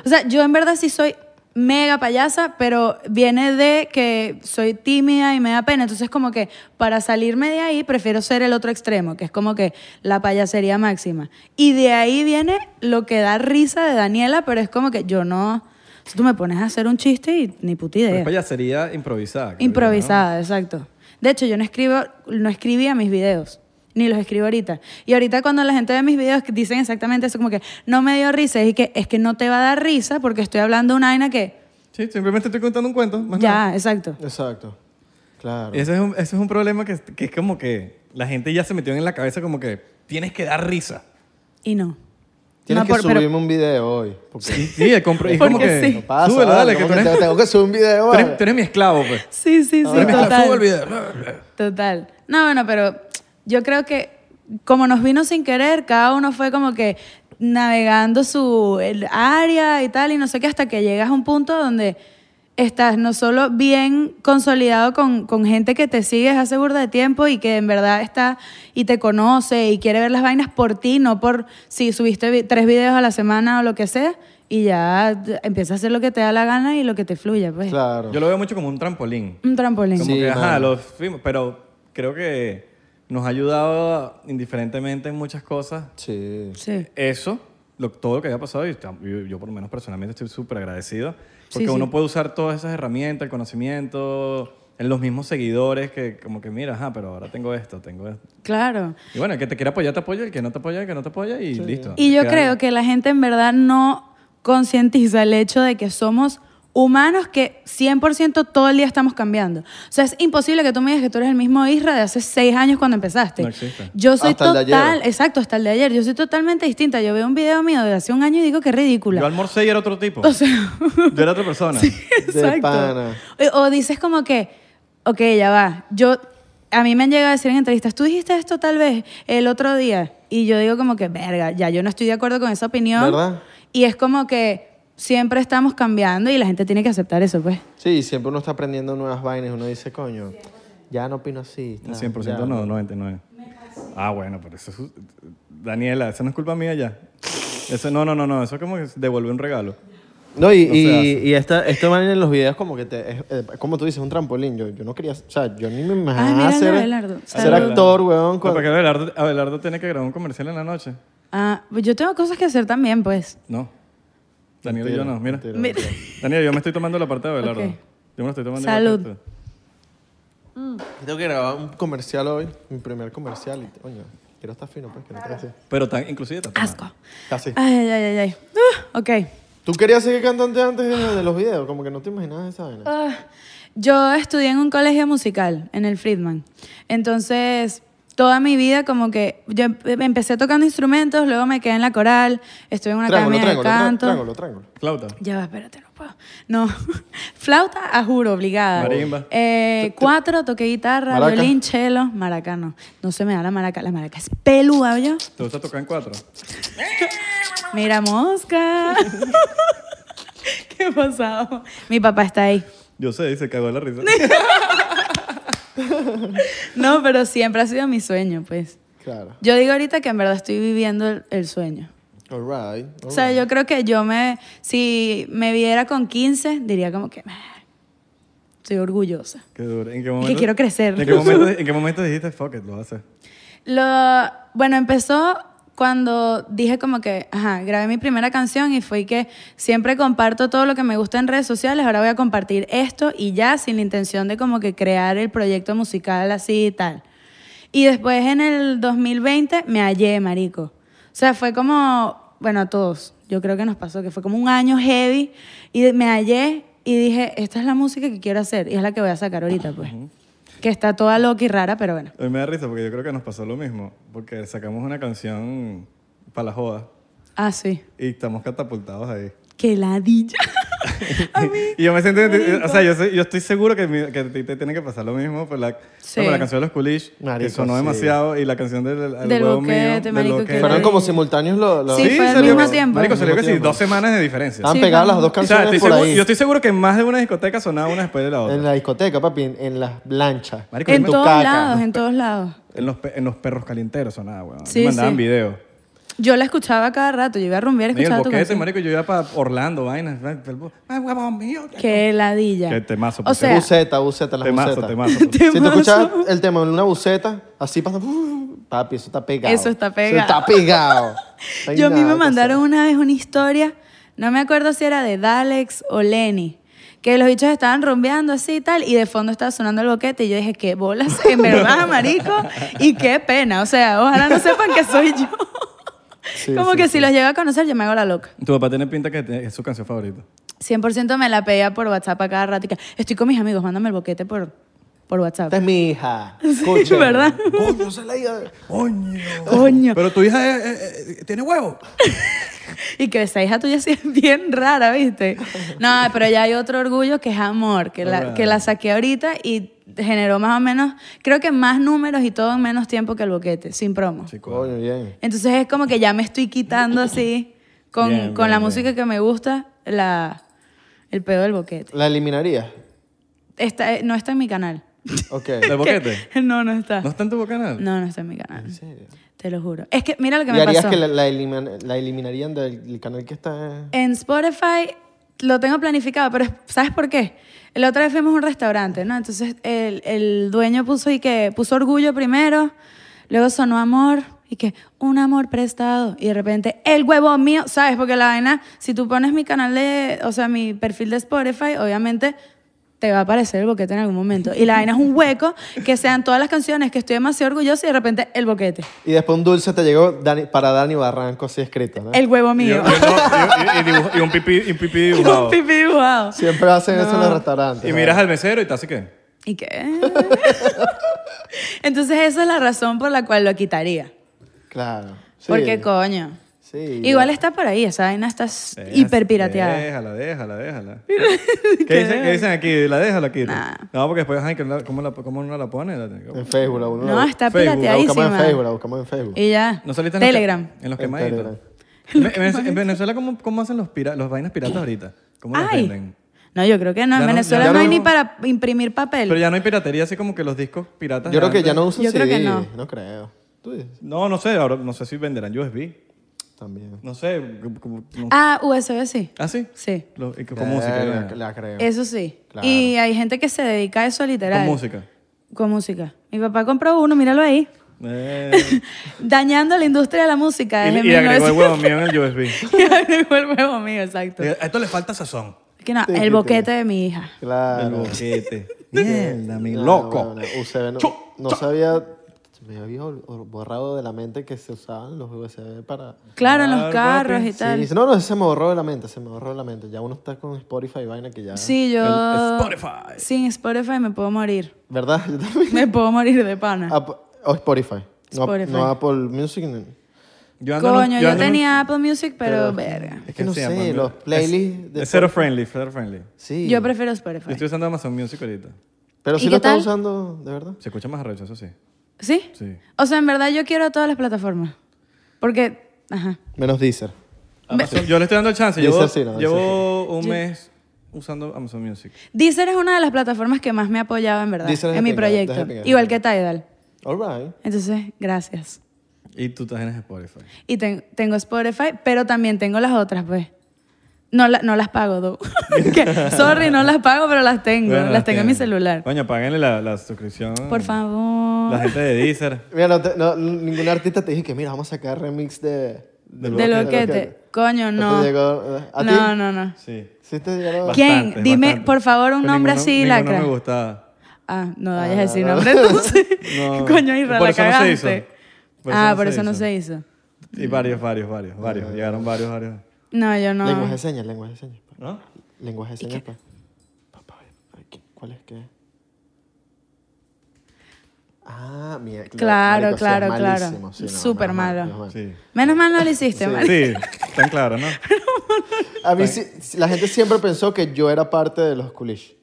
Speaker 2: o sea, yo en verdad sí soy mega payasa, pero viene de que soy tímida y me da pena. Entonces, como que para salirme de ahí, prefiero ser el otro extremo, que es como que la payasería máxima. Y de ahí viene lo que da risa de Daniela, pero es como que yo no. Si tú me pones a hacer un chiste y ni puta idea.
Speaker 1: Pero es payasería improvisada. creo yo, ¿no?
Speaker 2: Improvisada, exacto. De hecho, yo no escribo, no escribía mis videos, ni los escribo ahorita. Y ahorita cuando la gente ve mis videos que dicen exactamente eso, como que no me dio risa, es que es que no te va a dar risa porque estoy hablando una vaina que
Speaker 1: Sí, simplemente estoy contando un cuento. más nada.
Speaker 2: ya, exacto.
Speaker 3: Exacto. Claro.
Speaker 1: Y eso es un, eso es un problema que, que es como que la gente ya se metió en la cabeza como que tienes que dar risa.
Speaker 2: Y no.
Speaker 3: Tienes
Speaker 2: No,
Speaker 3: que
Speaker 2: por- pero-
Speaker 3: subirme un video hoy. Porque
Speaker 1: Sí, sí, el compro- es como
Speaker 2: Porque
Speaker 1: que...
Speaker 2: sí.
Speaker 3: no pasa.
Speaker 1: Súbelo,
Speaker 3: ¿vale?
Speaker 1: dale, que
Speaker 3: ¿Cómo
Speaker 1: tú
Speaker 3: que
Speaker 1: eres,
Speaker 3: te- tengo que subir un video
Speaker 1: tú
Speaker 3: hoy.
Speaker 1: eres- tú eres mi esclavo, pues.
Speaker 2: Sí, sí,
Speaker 3: Ah,
Speaker 2: sí,
Speaker 1: Tú eres mi esclavo, sube el
Speaker 2: total.
Speaker 1: video.
Speaker 2: Total. No, bueno, pero yo creo que como nos vino sin querer, cada uno fue como que navegando su el área y tal, y no sé qué, hasta que llegas a un punto donde estás no solo bien consolidado con, con gente que te sigue desde hace burda de tiempo y que en verdad está y te conoce y quiere ver las vainas por ti, no por si subiste vi- tres videos a la semana o lo que sea, y ya t- empiezas a hacer lo que te da la gana y lo que te fluya, pues.
Speaker 3: Claro.
Speaker 1: Yo lo veo mucho como un trampolín.
Speaker 2: Un trampolín.
Speaker 1: Como
Speaker 3: Sí,
Speaker 1: que, ajá,
Speaker 3: mano.
Speaker 1: los fuimos, pero creo que nos ha ayudado indiferentemente en muchas cosas.
Speaker 3: Sí.
Speaker 2: Sí.
Speaker 1: Eso, lo- todo lo que haya pasado, y está- yo, yo por lo menos personalmente estoy súper agradecido, porque
Speaker 2: Sí, sí.
Speaker 1: uno puede usar todas esas herramientas, el conocimiento, en los mismos seguidores, que como que mira, ajá, pero ahora tengo esto, tengo esto.
Speaker 2: Claro.
Speaker 1: Y bueno, el que te quiera apoyar, te apoya, el que no te apoya, el que no te apoya, y listo.
Speaker 2: Y
Speaker 1: Te
Speaker 2: yo
Speaker 1: queda-
Speaker 2: creo que la gente en verdad no concientiza el hecho de que somos humanos que 100% todo el día estamos cambiando. O sea, es imposible que tú me digas que tú eres el mismo Isra de hace seis años cuando empezaste.
Speaker 1: No existe.
Speaker 2: Yo soy
Speaker 3: Hasta el de ayer.
Speaker 2: total, exacto, hasta el de ayer. Yo soy totalmente distinta. Yo veo un video mío de hace un año y digo que ridícula.
Speaker 1: Yo almorcé y era otro tipo.
Speaker 2: O sea,
Speaker 1: Yo era otra persona.
Speaker 3: De pana.
Speaker 2: O, o dices como que, ok, ya va. Yo, a mí me han llegado a decir en entrevistas, tú dijiste esto tal vez el otro día. Y yo digo como que, verga, ya yo no estoy de acuerdo con esa opinión.
Speaker 3: ¿Verdad?
Speaker 2: Y es como que siempre estamos cambiando y la gente tiene que aceptar eso, pues.
Speaker 3: Sí, siempre uno está aprendiendo nuevas vainas. Uno dice, coño, ya no opino así. tal,
Speaker 1: 100%
Speaker 3: ya.
Speaker 1: no, 99. Ah, bueno, pero eso es... Daniela, eso no es culpa mía ya. Eso, no, no, no, no, eso es como que devolver un regalo.
Speaker 3: No, y,
Speaker 1: No se
Speaker 3: y,
Speaker 1: hace.
Speaker 3: y esta, esta vaina en los videos como que te... Es, eh, como tú dices, un trampolín. Yo, yo no quería... O sea, yo ni me imaginaba
Speaker 2: mira,
Speaker 3: ser,
Speaker 2: Abelardo.
Speaker 3: ser
Speaker 2: Salud.
Speaker 3: actor, weón.
Speaker 1: No,
Speaker 3: cuando-
Speaker 1: porque Abelardo, Abelardo tiene que grabar un comercial en la noche.
Speaker 2: Ah, pues yo tengo cosas que hacer también, pues.
Speaker 1: No. Daniel y yo no, mira.
Speaker 3: mentira,
Speaker 2: Mira.
Speaker 3: mentira.
Speaker 1: Daniel, yo me estoy tomando la parte de Abelardo.
Speaker 2: Ok.
Speaker 1: Yo me la estoy tomando.
Speaker 2: Salud.
Speaker 1: igual que tú.
Speaker 3: Tengo que grabar un comercial hoy. Mi primer comercial. Y, coño, quiero estar fino, pues. Que no te hace.
Speaker 1: Pero tan, inclusive tan
Speaker 3: Ah.
Speaker 2: Asco.
Speaker 3: Casi.
Speaker 2: Ay, ay, ay, ay, ay. Ah, ok.
Speaker 3: ¿Tú querías seguir cantante antes de, de los videos? Como que no te imaginabas esa vaina.
Speaker 2: Ah, yo estudié en un colegio musical, en el Friedman. Entonces, toda mi vida como que yo em- empecé tocando instrumentos, luego me quedé en la coral, estuve en una
Speaker 3: triángulo,
Speaker 2: academia de
Speaker 3: triángulo, tra-
Speaker 2: canto.
Speaker 3: triángulo, triángulo.
Speaker 1: Flauta.
Speaker 2: Ya va, espérate, no puedo. No, flauta, a juro, obligada.
Speaker 1: Marimba.
Speaker 2: Eh, cuatro, toqué guitarra,
Speaker 3: Maraca.
Speaker 2: violín, cello, maraca no. No se me da la maraca, la maraca es pelúa, yo.
Speaker 1: ¿Te gusta tocar en cuatro?
Speaker 2: Mira, mosca. ¿Qué pasado? Mi papá está ahí.
Speaker 1: Yo sé, y se cagó la risa.
Speaker 2: No, pero siempre ha sido mi sueño, pues.
Speaker 3: Claro.
Speaker 2: Yo digo ahorita que en verdad estoy viviendo el, el sueño.
Speaker 3: All right. all
Speaker 2: O sea,
Speaker 3: right.
Speaker 2: yo creo que yo me, si me viera con 15, diría como que, "Meh, estoy orgullosa.
Speaker 1: Qué duro. ¿En qué momento?
Speaker 2: quiero crecer.
Speaker 1: ¿En qué momento, en qué momento dijiste, fuck it, lo haces?
Speaker 2: Lo, bueno, empezó cuando dije como que, ajá, grabé mi primera canción y fue que siempre comparto todo lo que me gusta en redes sociales, ahora voy a compartir esto y ya sin la intención de como que crear el proyecto musical así y tal. Y después en el 2020 me hallé, marico. O sea, fue como, bueno, a todos, yo creo que nos pasó, que fue como un año heavy y de- me hallé y dije, esta es la música que quiero hacer y es la que voy a sacar ahorita, pues. Que está toda loca y rara, pero bueno.
Speaker 1: Hoy me da risa porque yo creo que nos pasó lo mismo. Porque sacamos una canción para la joda
Speaker 2: Ah, sí.
Speaker 1: y estamos catapultados ahí.
Speaker 2: Qué ladilla.
Speaker 1: y yo me siento,
Speaker 2: marico.
Speaker 1: o sea, yo, soy- yo estoy seguro que, mi- que a ti te tiene que pasar lo mismo por la,
Speaker 2: Sí.
Speaker 1: por la canción de los Coolish, que
Speaker 3: Marico,
Speaker 1: sonó
Speaker 3: sí.
Speaker 1: demasiado, y la canción del, al
Speaker 2: Del
Speaker 1: huevo
Speaker 2: boquete,
Speaker 1: mío, del
Speaker 2: marico, que
Speaker 1: boquete.
Speaker 2: la
Speaker 3: Fueron como simultáneos los... los-
Speaker 2: Sí, fue al
Speaker 1: salió-
Speaker 2: mismo tiempo.
Speaker 1: Marico, salió
Speaker 3: Al mismo
Speaker 1: que sí,
Speaker 3: tiempo.
Speaker 1: dos semanas de diferencia.
Speaker 3: Estaban
Speaker 2: Sí,
Speaker 3: pegadas
Speaker 2: vamos.
Speaker 3: las dos
Speaker 1: O sea,
Speaker 3: canciones
Speaker 1: estoy
Speaker 3: por
Speaker 1: seguro-
Speaker 3: ahí.
Speaker 1: yo estoy seguro que en más de una discoteca sonaba una después de la otra.
Speaker 3: En la discoteca, papi, en, en las lanchas.
Speaker 1: Marico,
Speaker 2: En
Speaker 1: yo me-
Speaker 2: todos
Speaker 3: caca.
Speaker 2: lados, en todos lados.
Speaker 1: En los, pe- en los perros calienteros sonaba, weón.
Speaker 2: Sí,
Speaker 1: me mandaban
Speaker 2: sí.
Speaker 1: videos.
Speaker 2: Yo la escuchaba cada rato, yo iba a rumbear y
Speaker 1: Mira, el
Speaker 2: escuchaba tu
Speaker 1: boquete,
Speaker 2: canción.
Speaker 1: marico, yo iba para Orlando, vainas. el bo- Ay, huevón mío.
Speaker 2: Qué heladilla.
Speaker 1: Qué temazo, pues,
Speaker 2: O
Speaker 1: por
Speaker 2: sea,
Speaker 3: Buceta, buceta, las
Speaker 1: Temazo,
Speaker 3: bucetas.
Speaker 1: temazo.
Speaker 3: Si tú
Speaker 2: Temazo.
Speaker 3: escuchas el tema en una buceta, así pasa. ¡uh! Papi, eso está pegado.
Speaker 2: Eso está pegado.
Speaker 3: Eso está pegado. No hay
Speaker 2: yo a mí
Speaker 3: nada
Speaker 2: me
Speaker 3: que
Speaker 2: mandaron
Speaker 1: pues.
Speaker 3: hacer.
Speaker 2: una vez una historia, no me acuerdo si era de Dalex o Lenny, que los bichos estaban rumbeando así y tal, y de fondo estaba sonando el boquete, y yo dije, qué bolas, en verdad, marico, y qué pena, o sea, ojalá no sepan que soy yo.
Speaker 3: Sí,
Speaker 2: Como
Speaker 3: sí,
Speaker 2: que
Speaker 3: sí.
Speaker 2: si los llego a conocer, yo me hago la loca.
Speaker 1: Tu papá tiene pinta que te- es su canción favorita.
Speaker 2: 100% me la pedía por WhatsApp a cada rato. y que, Estoy con mis amigos, mándame el boquete por, por WhatsApp.
Speaker 3: Esta es mi hija. Escuchen.
Speaker 2: ¿verdad?
Speaker 3: Coño, se la hija.
Speaker 1: Coño.
Speaker 2: Coño.
Speaker 1: Pero tu hija es- es- es- tiene huevo.
Speaker 2: Y que esa hija tuya sí es bien rara, ¿viste? No, pero ya hay otro orgullo que es amor, que la, que la saqué ahorita y generó más o menos, creo que más números y todo en menos tiempo que el boquete, sin promo.
Speaker 3: Coño, bien.
Speaker 2: Entonces es como que ya me estoy quitando así, con,
Speaker 1: Bien,
Speaker 2: con
Speaker 1: bien,
Speaker 2: la
Speaker 1: bien.
Speaker 2: música que me gusta, la, el pedo del boquete.
Speaker 3: ¿La eliminaría?
Speaker 2: Está, eh, no está en mi canal.
Speaker 3: Ok.
Speaker 1: ¿El boquete?
Speaker 2: No, no está.
Speaker 1: ¿No está en tu canal?
Speaker 2: No, no está en mi canal.
Speaker 3: ¿En serio?
Speaker 2: Te lo juro. Es que mira lo que
Speaker 3: ¿Y
Speaker 2: me
Speaker 3: harías
Speaker 2: pasó.
Speaker 3: que la, la elimin- la eliminarían del, del canal que está...?
Speaker 2: En Spotify lo tengo planificado, pero es- ¿sabes por qué? La otra vez fuimos a un restaurante, ¿no? Entonces el, el dueño puso y que puso orgullo primero, luego sonó amor y que un amor prestado y de repente el huevo mío, ¿sabes? Porque la vaina, si tú pones mi canal de, o sea, mi perfil de Spotify, obviamente te va a aparecer el boquete en algún momento. Y la vaina es un hueco que sean todas las canciones que estoy demasiado orgullosa y de repente el boquete,
Speaker 3: Y después un dulce te llegó Dani- para Dani Barranco, así escrito, ¿no?
Speaker 2: el huevo
Speaker 1: Y, y-
Speaker 2: mío.
Speaker 1: no, y- y- y dibujo- y un pipí, y un pipí
Speaker 2: Y
Speaker 1: dibujado.
Speaker 2: un pipí dibujado.
Speaker 3: Siempre hacen eso en los restaurantes.
Speaker 1: Y
Speaker 3: ¿no?
Speaker 1: miras al mesero y te hace qué.
Speaker 2: ¿Y qué? Entonces esa es la razón por la cual lo quitaría.
Speaker 3: Claro. Sí.
Speaker 2: Porque coño.
Speaker 3: Sí.
Speaker 2: Igual está por ahí, esa vaina está s- hiper pirateada.
Speaker 1: Déjala, déjala, déjala. ¿Qué, dicen, ¿Qué dicen aquí? ¿La deja o la quita?
Speaker 2: Nah.
Speaker 1: No, porque después, ay, que la- ¿cómo, la, ¿cómo uno la pone? La-
Speaker 3: En Facebook, la uno
Speaker 2: No,
Speaker 3: la-
Speaker 2: está
Speaker 1: Facebook, la
Speaker 3: La buscamos en Facebook,
Speaker 2: pirateadísima.
Speaker 3: la buscamos en Facebook.
Speaker 2: Y ya.
Speaker 1: ¿No saliste en los que-
Speaker 2: Telegram.
Speaker 1: en los
Speaker 3: En
Speaker 1: quemaditos.
Speaker 3: Telegram.
Speaker 1: En, en- en Venezuela, ¿cómo, cómo hacen los, pira- los vainas piratas ahorita? ¿Cómo los
Speaker 2: Ay.
Speaker 1: venden?
Speaker 2: No, yo creo que
Speaker 1: Ya
Speaker 2: no. En
Speaker 1: no-
Speaker 2: Venezuela
Speaker 1: ya
Speaker 2: no, hay
Speaker 3: no-
Speaker 2: ni para imprimir papel.
Speaker 1: Pero ya no hay piratería, así como que los discos piratas. de
Speaker 3: Yo creo que ya
Speaker 1: antes.
Speaker 3: no usan
Speaker 2: Yo creo que
Speaker 3: CD,
Speaker 2: no.
Speaker 3: creo. Tú dices.
Speaker 1: No, no sé, ahora no sé si venderán USB.
Speaker 3: También.
Speaker 1: No sé. como- como- no-
Speaker 2: Ah, USB sí.
Speaker 1: ¿Ah, sí?
Speaker 2: Sí.
Speaker 1: Lo- y con
Speaker 3: Eh,
Speaker 1: música.
Speaker 3: la,
Speaker 1: ya.
Speaker 3: la creo.
Speaker 2: Eso sí.
Speaker 3: Claro.
Speaker 2: Y hay gente que se dedica a eso
Speaker 1: Con
Speaker 2: literal.
Speaker 1: música.
Speaker 2: Con música. Mi papá compró uno, míralo ahí.
Speaker 1: Eh,
Speaker 2: Dañando la industria de la música
Speaker 1: y,
Speaker 2: desde
Speaker 1: y agregó el
Speaker 2: 1900.
Speaker 1: huevo mío en el USB.
Speaker 2: Y agregó el huevo mío, exacto.
Speaker 1: Eh, A esto le falta sazón.
Speaker 2: Que no, el boquete de mi hija.
Speaker 1: El
Speaker 3: Claro.
Speaker 1: boquete. Mierda, mi
Speaker 3: Claro,
Speaker 1: loco.
Speaker 3: bueno, UCB no,
Speaker 1: Chu,
Speaker 3: no sabía. Me había ol- ol- borrado de la mente que se usaban los USB para.
Speaker 2: Claro, en los
Speaker 1: Claro,
Speaker 2: carros
Speaker 1: papi.
Speaker 2: y
Speaker 3: Sí,
Speaker 2: tal.
Speaker 3: dice, no, no, se me borró de la mente, se me borró de la mente. Ya uno está con Spotify y vaina que ya.
Speaker 2: Sí, yo.
Speaker 1: El Spotify.
Speaker 2: Sin Spotify me puedo morir.
Speaker 3: ¿Verdad? Yo también.
Speaker 2: Me puedo morir de
Speaker 1: Ah,
Speaker 2: pana.
Speaker 3: App- o Spotify. No,
Speaker 2: Spotify.
Speaker 3: no Apple Music. no.
Speaker 1: Yo ando en un-
Speaker 2: Coño, yo
Speaker 1: ando en un-
Speaker 2: tenía Apple Music, pero verga.
Speaker 3: Es que no sé, los playlists.
Speaker 1: Es cero friendly, cero friendly.
Speaker 3: Sí.
Speaker 2: Yo prefiero
Speaker 1: Yo
Speaker 2: Spotify.
Speaker 1: estoy usando Amazon Music ahorita.
Speaker 3: Pero
Speaker 2: ¿Y
Speaker 3: sí
Speaker 2: qué
Speaker 3: lo estás
Speaker 2: tal?
Speaker 3: usando, de verdad.
Speaker 1: Se escucha más arrecho, eso sí.
Speaker 2: ¿Sí?
Speaker 1: Sí.
Speaker 2: O sea, en verdad yo quiero todas las plataformas. Porque, ajá.
Speaker 3: Menos Deezer.
Speaker 1: Amazon- yo le estoy dando el chance.
Speaker 3: Dice
Speaker 1: Llevo,
Speaker 3: así, ¿no? Dice
Speaker 1: llevo un mes usando Amazon Music.
Speaker 2: Deezer es una de las plataformas que más me ha apoyado, en verdad,
Speaker 3: Deezer es
Speaker 2: en mi
Speaker 3: pinga,
Speaker 2: proyecto.
Speaker 3: Deezer es pinga.
Speaker 2: Igual que Tidal.
Speaker 3: All right.
Speaker 2: Entonces, gracias.
Speaker 1: Y tú estás en Spotify.
Speaker 2: Y ten- tengo Spotify, pero también tengo las otras, pues. No, la- no las pago, do. Que, Sorry, no las pago, pero las tengo.
Speaker 1: Bueno,
Speaker 2: las, tengo en mi
Speaker 1: tienes.
Speaker 2: celular.
Speaker 1: Coño, páguenle la, la suscripción.
Speaker 2: Por favor.
Speaker 1: La gente de Deezer.
Speaker 3: Mira, no te- no, ningún artista te dije que, mira, vamos a sacar remix de...
Speaker 1: Del
Speaker 2: De loquete. Coño, no.
Speaker 3: ¿Te llegó, eh, ¿A ti?
Speaker 2: No, no, no.
Speaker 1: Sí.
Speaker 3: ¿Sí te llegó?
Speaker 1: Bastante,
Speaker 2: ¿Quién? Dime,
Speaker 1: bastante.
Speaker 2: por favor, un
Speaker 1: Pero
Speaker 2: nombre
Speaker 1: ninguno-
Speaker 2: así,
Speaker 1: ninguno
Speaker 2: lacra.
Speaker 1: me gustaba.
Speaker 2: Ah, no vayas a decir nombre entonces.
Speaker 1: No.
Speaker 2: Coño, Irra,
Speaker 1: Por
Speaker 2: la
Speaker 1: eso no se
Speaker 2: cagaste.
Speaker 1: hizo. Por eso
Speaker 2: ah,
Speaker 1: no
Speaker 2: por
Speaker 1: se
Speaker 2: eso no
Speaker 1: hizo.
Speaker 2: se hizo.
Speaker 1: Y varios, varios, varios, varios. Llegaron varios, varios.
Speaker 2: No, yo no.
Speaker 3: Lenguaje de señas, lenguaje de señas. pa.
Speaker 1: ¿No?
Speaker 3: Lenguaje de señas, pa. Papá, ay, ¿qué- ¿cuál es que es? Ah, mira.
Speaker 2: Claro,
Speaker 3: marico, sí, es
Speaker 2: claro,
Speaker 3: malísimo,
Speaker 2: claro.
Speaker 3: sí, no,
Speaker 2: Súper
Speaker 3: menos mal,
Speaker 2: malo.
Speaker 3: menos mal.
Speaker 1: Sí.
Speaker 2: Menos mal no lo hiciste, mal.
Speaker 1: Sí, tan claro, ¿no?
Speaker 3: A mí sí- sí, la gente siempre pensó que yo era parte de los coolish.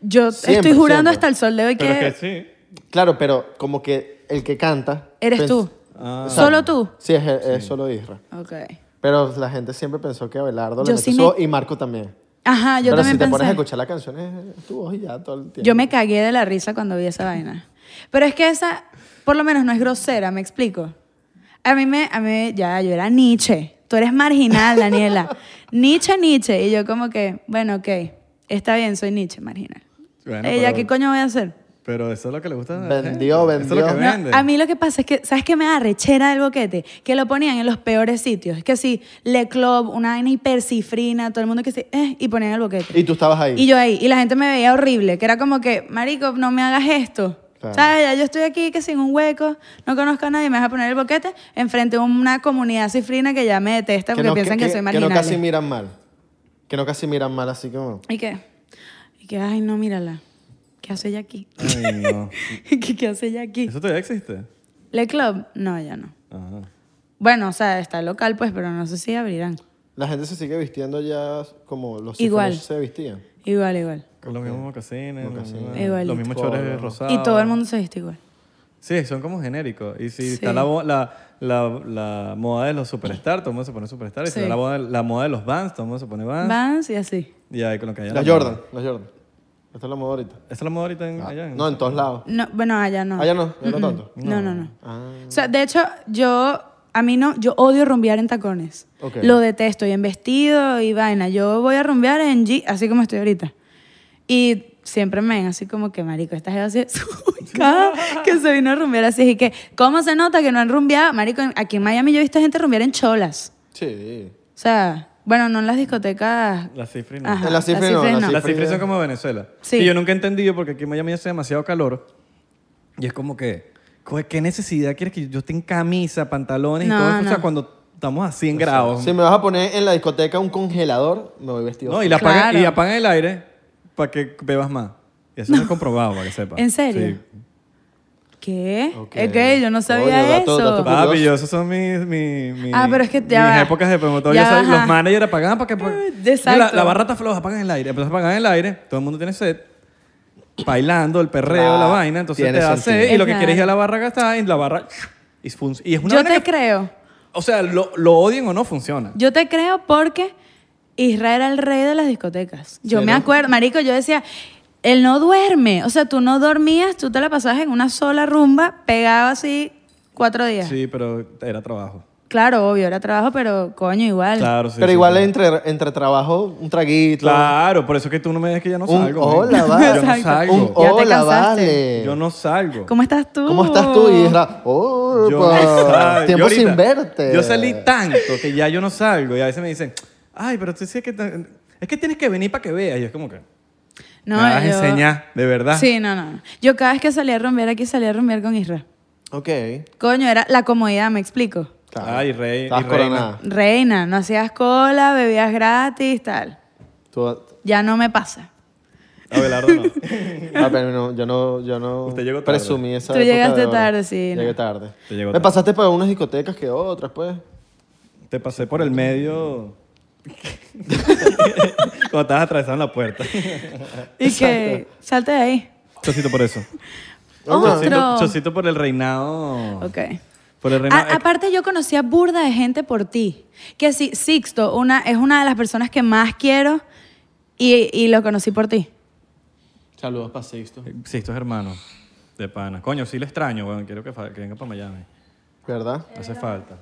Speaker 2: Yo
Speaker 3: Siempre,
Speaker 2: estoy jurando hasta
Speaker 3: siempre.
Speaker 2: el sol de hoy
Speaker 1: Pero
Speaker 2: que,
Speaker 1: es que sí.
Speaker 3: Claro, pero como que el que canta...
Speaker 2: eres
Speaker 3: pens-
Speaker 2: tú.
Speaker 1: Ah.
Speaker 2: ¿Solo tú?
Speaker 3: Sí, es, es solo Isra.
Speaker 2: Ok.
Speaker 3: Pero la gente siempre pensó que Abelardo le
Speaker 2: Yo
Speaker 3: metió
Speaker 2: sí
Speaker 3: su
Speaker 2: me-
Speaker 3: voz y Marco también.
Speaker 2: Ajá, yo
Speaker 3: pero
Speaker 2: también
Speaker 3: si te
Speaker 2: pensé.
Speaker 3: pones a escuchar la canción es es tu voz y ya todo el tiempo.
Speaker 2: Yo me cagué de la risa cuando vi esa vaina. Pero es que esa, por lo menos, no es grosera, me explico. A mí me, a mí, ya, yo era Nietzsche. Tú eres marginal, Daniela. Nietzsche, Nietzsche. Y yo como que, bueno, ok, está bien, soy Nietzsche, marginal.
Speaker 1: Bueno,
Speaker 2: Ella,
Speaker 1: pero-
Speaker 2: ¿qué coño voy a hacer?
Speaker 1: Pero eso es lo que le gusta. a la
Speaker 3: Vendió,
Speaker 1: gente. Eso es lo
Speaker 3: vendió.
Speaker 1: que
Speaker 3: No,
Speaker 2: No,
Speaker 1: vende.
Speaker 2: a mí lo que pasa es que, ¿sabes qué me da rechera del boquete? Que lo ponían en los peores sitios. Es que sí, Le Club, una vaina hipercifrina, todo el mundo que sí, eh, y ponían el boquete.
Speaker 3: Y tú estabas ahí.
Speaker 2: Y yo ahí, y la gente me veía horrible, que era como que, marico, no me hagas esto.
Speaker 3: Claro.
Speaker 2: ¿Sabes? Ya yo estoy aquí que sin un hueco, no conozco a nadie, me vas a poner el boquete enfrente de una comunidad cifrina que ya me detesta porque
Speaker 3: no-
Speaker 2: piensan que, soy
Speaker 3: que no
Speaker 2: marginal.
Speaker 3: casi miran mal. Que no casi miran mal, así como...
Speaker 2: ¿Y qué? Y que, ay, no, mírala. ¿Qué hace ella aquí?
Speaker 1: Ay, no.
Speaker 2: ¿Qué, qué hace ella aquí?
Speaker 1: ¿Eso todavía existe?
Speaker 2: ¿Le Club? No, ya no.
Speaker 1: Ajá.
Speaker 2: Bueno, o sea, está local, pues, pero no sé si abrirán.
Speaker 3: La gente se sigue vistiendo ya como los
Speaker 2: Igual.
Speaker 3: Igual. se vestían.
Speaker 2: Igual, igual.
Speaker 1: Con los mismos mocasines, los
Speaker 3: Mocasines.
Speaker 1: mismos-
Speaker 2: Igualito.
Speaker 1: los mismos chores
Speaker 3: Todo.
Speaker 1: rosados.
Speaker 2: Y todo el mundo se viste igual.
Speaker 1: Sí, son como genéricos. Y si
Speaker 2: Sí.
Speaker 1: está la, bo- la, la, la moda de los superstars, todo el mundo se pone superstar. Y si
Speaker 2: Sí.
Speaker 1: está la moda, la moda de los bands, todo el mundo se pone bands.
Speaker 2: Vans y así.
Speaker 1: Y ahí con lo que haya.
Speaker 3: Los
Speaker 1: la moda.
Speaker 3: Jordan, los Jordan. Esta es la moda ahorita.
Speaker 1: ¿Esa es la moda ahorita en,
Speaker 3: Ah,
Speaker 1: allá? en-
Speaker 3: no, en todos lados.
Speaker 2: No, bueno, allá no.
Speaker 3: Allá no, allá no
Speaker 2: Mm-mm.
Speaker 3: tanto.
Speaker 2: No, no, no.
Speaker 3: Ah.
Speaker 2: O sea, de hecho, yo, a mí no, yo odio rumbear en tacones.
Speaker 3: Ok.
Speaker 2: Lo detesto, y en vestido y vaina. Yo voy a rumbear en G, así como estoy ahorita. Y siempre me ven así como que, marico, esta jeva así es ubicada que se vino a rumbear así. Y que, ¿cómo se nota que no han rumbeado? Marico, en- aquí en Miami yo he visto gente rumbear en cholas.
Speaker 3: Sí.
Speaker 2: O sea, bueno, no en las discotecas.
Speaker 1: Las cifras.
Speaker 2: Ajá,
Speaker 3: En las cifras no,
Speaker 2: cifras
Speaker 3: en las
Speaker 1: Las
Speaker 3: cifras.
Speaker 1: cifras
Speaker 3: ya-
Speaker 1: son como Venezuela.
Speaker 2: Sí.
Speaker 1: Que yo nunca he entendido porque aquí en Miami hace demasiado calor. Y es como que, co- ¿qué necesidad quieres que yo esté en camisa, pantalones
Speaker 2: No,
Speaker 1: y todo eso? O sea,
Speaker 2: no.
Speaker 1: cuando estamos a 100 grados.
Speaker 3: Si me vas a poner en la discoteca un congelador, me voy vestido.
Speaker 1: No, y, la apagan-
Speaker 2: Claro.
Speaker 1: y apagan el aire para que bebas más. Y eso no es comprobado, para que sepas.
Speaker 2: ¿En serio?
Speaker 1: Sí.
Speaker 2: ¿Qué?
Speaker 3: Ok.
Speaker 2: Es yo no sabía
Speaker 3: Oye,
Speaker 2: eso.
Speaker 3: dato- dato curioso.
Speaker 1: Papi, yo, esos son mis, mis, mis-
Speaker 2: Ah, pero es que
Speaker 1: mis
Speaker 2: ya va.
Speaker 1: épocas de promotor.
Speaker 2: Ya
Speaker 1: Yo sabía-
Speaker 2: va, ajá.
Speaker 1: los managers apagaban para que... pa-
Speaker 2: Exacto.
Speaker 1: La, la barra está floja, apagan el aire. Entonces apagan el aire, todo el mundo tiene sed. Bailando, el perreo,
Speaker 3: Claro,
Speaker 1: la vaina. Entonces
Speaker 3: Ah, tiene
Speaker 1: te da
Speaker 3: sentido.
Speaker 1: sed y lo que
Speaker 2: Exacto.
Speaker 1: quieres es ir a la barra gastada y la barra... Y, fun- y es una
Speaker 2: Yo
Speaker 1: vaina
Speaker 2: te
Speaker 1: que-
Speaker 2: creo.
Speaker 1: O sea, lo, lo odien o no, funciona.
Speaker 2: Yo te creo porque Israel era el rey de las discotecas. Yo
Speaker 3: Sí,
Speaker 2: me
Speaker 3: ¿no?
Speaker 2: acuerdo, marico, yo decía, él no duerme. O sea, tú no dormías, tú te la pasabas en una sola rumba, pegaba así cuatro días.
Speaker 1: Sí, pero era trabajo.
Speaker 2: Claro, obvio, era trabajo, pero coño, igual.
Speaker 1: Claro, sí.
Speaker 3: Pero
Speaker 1: sí,
Speaker 3: igual
Speaker 1: sí.
Speaker 3: entre, entre trabajo, un traguito.
Speaker 1: Claro, por eso es que tú no me des que ya no
Speaker 3: Un
Speaker 1: salgo. man.
Speaker 3: hola,
Speaker 1: Yo no
Speaker 3: vale.
Speaker 2: Exacto.
Speaker 1: salgo.
Speaker 3: Un
Speaker 2: Ya te
Speaker 3: hola,
Speaker 2: cansaste.
Speaker 3: vale.
Speaker 1: Yo no salgo.
Speaker 2: ¿Cómo estás tú?
Speaker 3: ¿Cómo estás tú? Y Isra,
Speaker 1: Yo
Speaker 3: oh,
Speaker 1: no
Speaker 3: pa,
Speaker 1: salgo. Yo
Speaker 3: tiempo
Speaker 1: ahorita-
Speaker 3: sin verte.
Speaker 1: Yo salí tanto que ya yo no salgo. Y a veces me dicen, ay, pero tú sí es que... te- Es que tienes que venir para que veas. Y es como que...
Speaker 2: No,
Speaker 1: me vas
Speaker 2: yo-
Speaker 1: a enseñar, de verdad.
Speaker 2: Sí, no, no. Yo cada vez que salía a romper aquí, salía a romper con Israel.
Speaker 3: Ok.
Speaker 2: Coño, era la comodidad, me explico.
Speaker 3: claro.
Speaker 1: Ay, rey-
Speaker 3: Estabas
Speaker 1: y reina.
Speaker 3: coronada.
Speaker 2: Reina, no hacías cola, bebías gratis, tal.
Speaker 3: Tú-
Speaker 2: Ya no me pasa.
Speaker 1: Abelardo no.
Speaker 3: Ah, pero no, yo no, yo no
Speaker 1: Usted llegó tarde.
Speaker 3: presumí esa
Speaker 2: Tú
Speaker 3: época
Speaker 2: llegaste
Speaker 3: de oro.
Speaker 2: tarde, sí,
Speaker 3: Llegué
Speaker 2: no.
Speaker 3: tarde.
Speaker 1: Te llegó
Speaker 3: Me
Speaker 1: tarde.
Speaker 3: pasaste por unas discotecas que otras, pues.
Speaker 1: Te pasé por el medio... Cuando estabas atravesando la puerta.
Speaker 2: Y que salte de ahí.
Speaker 1: Chocito por eso.
Speaker 2: Otro.
Speaker 3: Ah.
Speaker 1: Chocito, chocito por el reinado.
Speaker 2: Ok. Ah,
Speaker 1: Por el
Speaker 2: A-
Speaker 1: reinado.
Speaker 2: aparte yo conocí a burda de gente por ti. Que sí, Sixto una, es una de las personas que más quiero y, y lo conocí por ti.
Speaker 3: Saludos para Sixto.
Speaker 1: Sí, estos hermanos. De pana. Coño, sí lo extraño, weón. Quiero que, fa- que venga para Miami.
Speaker 3: ¿Verdad?
Speaker 1: Hace falta.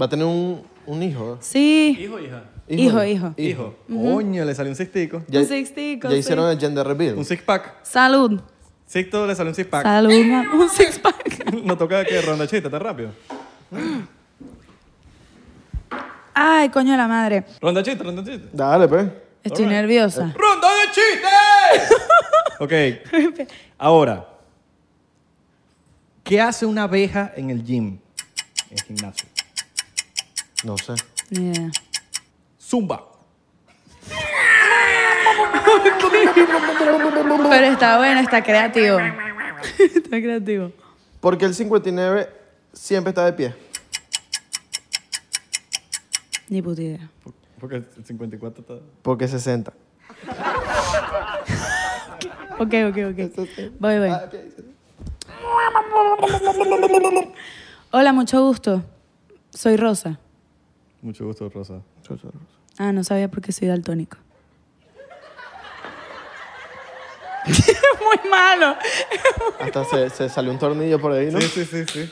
Speaker 3: Va a tener un, un hijo.
Speaker 2: Sí.
Speaker 1: Hijo, hija.
Speaker 2: Hijo, hijo.
Speaker 1: Hijo. Coño, le salió un cistico.
Speaker 2: Un sixtico,
Speaker 3: Ya
Speaker 2: sí.
Speaker 3: hicieron el gender reveal.
Speaker 1: Un six pack.
Speaker 2: Salud.
Speaker 1: Sixto le salió un six pack.
Speaker 2: Salud. ma- Un six pack.
Speaker 1: no toca que ronda chita, está rápido.
Speaker 2: Ay, coño de la madre.
Speaker 1: Ronda chita, ronda chita.
Speaker 3: Dale, pues.
Speaker 2: Estoy nerviosa.
Speaker 1: ¡Ronda de chistes! ok. Ahora. ¿Qué hace una abeja en el gym? En el gimnasio.
Speaker 3: No sé.
Speaker 2: Ni idea.
Speaker 1: Zumba.
Speaker 2: Pero está bueno, está creativo. está creativo.
Speaker 3: Porque el 59 siempre está de pie.
Speaker 2: Ni puta idea.
Speaker 1: Porque el 54 está...
Speaker 3: Porque 60.
Speaker 2: Ok, ok, ok. Voy, voy. Hola, mucho gusto. Soy Rosa.
Speaker 1: Mucho gusto, Rosa.
Speaker 2: Ah, no sabía por qué soy daltónico. Muy malo.
Speaker 3: Hasta se, se salió un tornillo por ahí, ¿no?
Speaker 1: Sí, sí, sí, sí.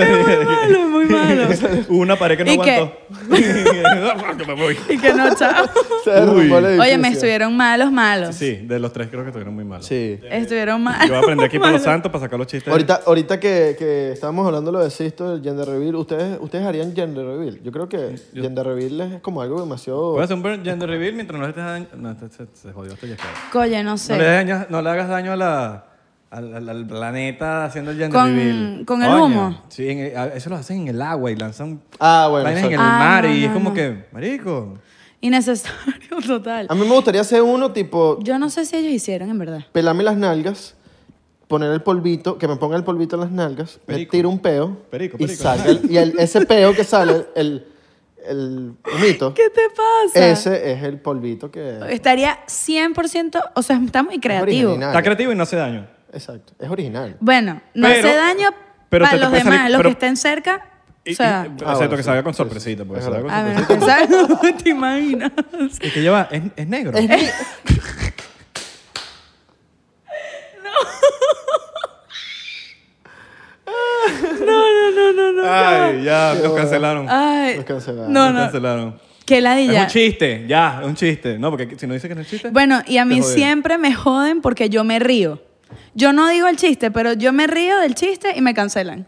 Speaker 2: Muy malo, muy malo.
Speaker 1: Hubo una pared que no
Speaker 2: ¿Y qué?
Speaker 1: aguantó. Yo me voy.
Speaker 2: Y que no, chao.
Speaker 3: Se derrumbó el
Speaker 2: Oye, me
Speaker 3: edificio.
Speaker 2: estuvieron malos, malos.
Speaker 1: Sí, de los tres creo que estuvieron muy malos.
Speaker 3: Sí.
Speaker 2: Estuvieron malos.
Speaker 1: Yo voy a aprender aquí por los
Speaker 2: malos.
Speaker 1: santos para sacar los chistes.
Speaker 3: Ahorita, ahorita que, que estábamos hablando de lo de Sisto, del gender reveal, ¿ustedes, ustedes harían gender reveal. Yo creo que gender reveal es como algo demasiado...
Speaker 1: Voy a hacer un buen gender reveal mientras no le estés dañando... No, este- se, se jodió esto ya está.
Speaker 2: Oye, no sé.
Speaker 1: No, le dañas- no le hagas daño a la, al, al- al planeta haciendo el gender
Speaker 2: Con-
Speaker 1: reveal.
Speaker 2: con el
Speaker 1: Coño,
Speaker 2: humo.
Speaker 1: Sí, en el- a- eso lo hacen en el agua y lanzan
Speaker 3: Ah, bueno. Ah,
Speaker 1: vainas en el
Speaker 3: exacto.
Speaker 2: Ah,
Speaker 1: mar
Speaker 2: no,
Speaker 1: y es
Speaker 2: no,
Speaker 1: como
Speaker 2: no.
Speaker 1: que, marico...
Speaker 2: Innecesario, total.
Speaker 3: A mí me gustaría hacer uno tipo
Speaker 2: Yo no sé si ellos hicieron, en verdad.
Speaker 3: pelarme las nalgas, poner el polvito, que me ponga el polvito en las nalgas, me
Speaker 1: Perico.
Speaker 3: tiro un peo
Speaker 1: Perico,
Speaker 3: y
Speaker 1: perico.
Speaker 3: saca el- y el- ese peo que sale, el, el humito,
Speaker 2: ¿Qué te pasa?
Speaker 3: ese es el polvito que
Speaker 2: Estaría 100%, o sea, está muy creativo.
Speaker 3: original.
Speaker 1: Está creativo y no hace daño.
Speaker 3: exacto, es original.
Speaker 2: Bueno, no
Speaker 1: Pero-
Speaker 2: hace daño
Speaker 1: pero
Speaker 2: para
Speaker 1: te- te
Speaker 2: los
Speaker 1: puede
Speaker 2: demás,
Speaker 1: salir-
Speaker 2: los
Speaker 1: pero-
Speaker 2: que estén cerca.
Speaker 1: Y-
Speaker 2: o sea,
Speaker 1: y- excepto
Speaker 3: Ah, bueno,
Speaker 1: que
Speaker 3: sí.
Speaker 1: salga con
Speaker 3: Sí, sí.
Speaker 1: sorpresita, porque
Speaker 3: Es
Speaker 1: salga con
Speaker 2: a ver,
Speaker 1: sorpresita.
Speaker 2: ¿sabes? te imaginas.
Speaker 1: Y que lleva, es, es negro.
Speaker 2: No, no, no.
Speaker 1: Ay, ya, nos cancelaron.
Speaker 2: Ay,
Speaker 3: Nos cancelaron.
Speaker 2: Ah, no,
Speaker 1: Nos
Speaker 2: no.
Speaker 1: cancelaron.
Speaker 2: Qué
Speaker 1: Es
Speaker 2: ladilla.
Speaker 1: un chiste, ya, es un chiste. No, porque si no dice que no es chiste.
Speaker 2: Bueno, y a mí
Speaker 1: Te jodieron.
Speaker 2: siempre me joden porque yo me río. Yo no digo el chiste, pero yo me río del chiste y me cancelan.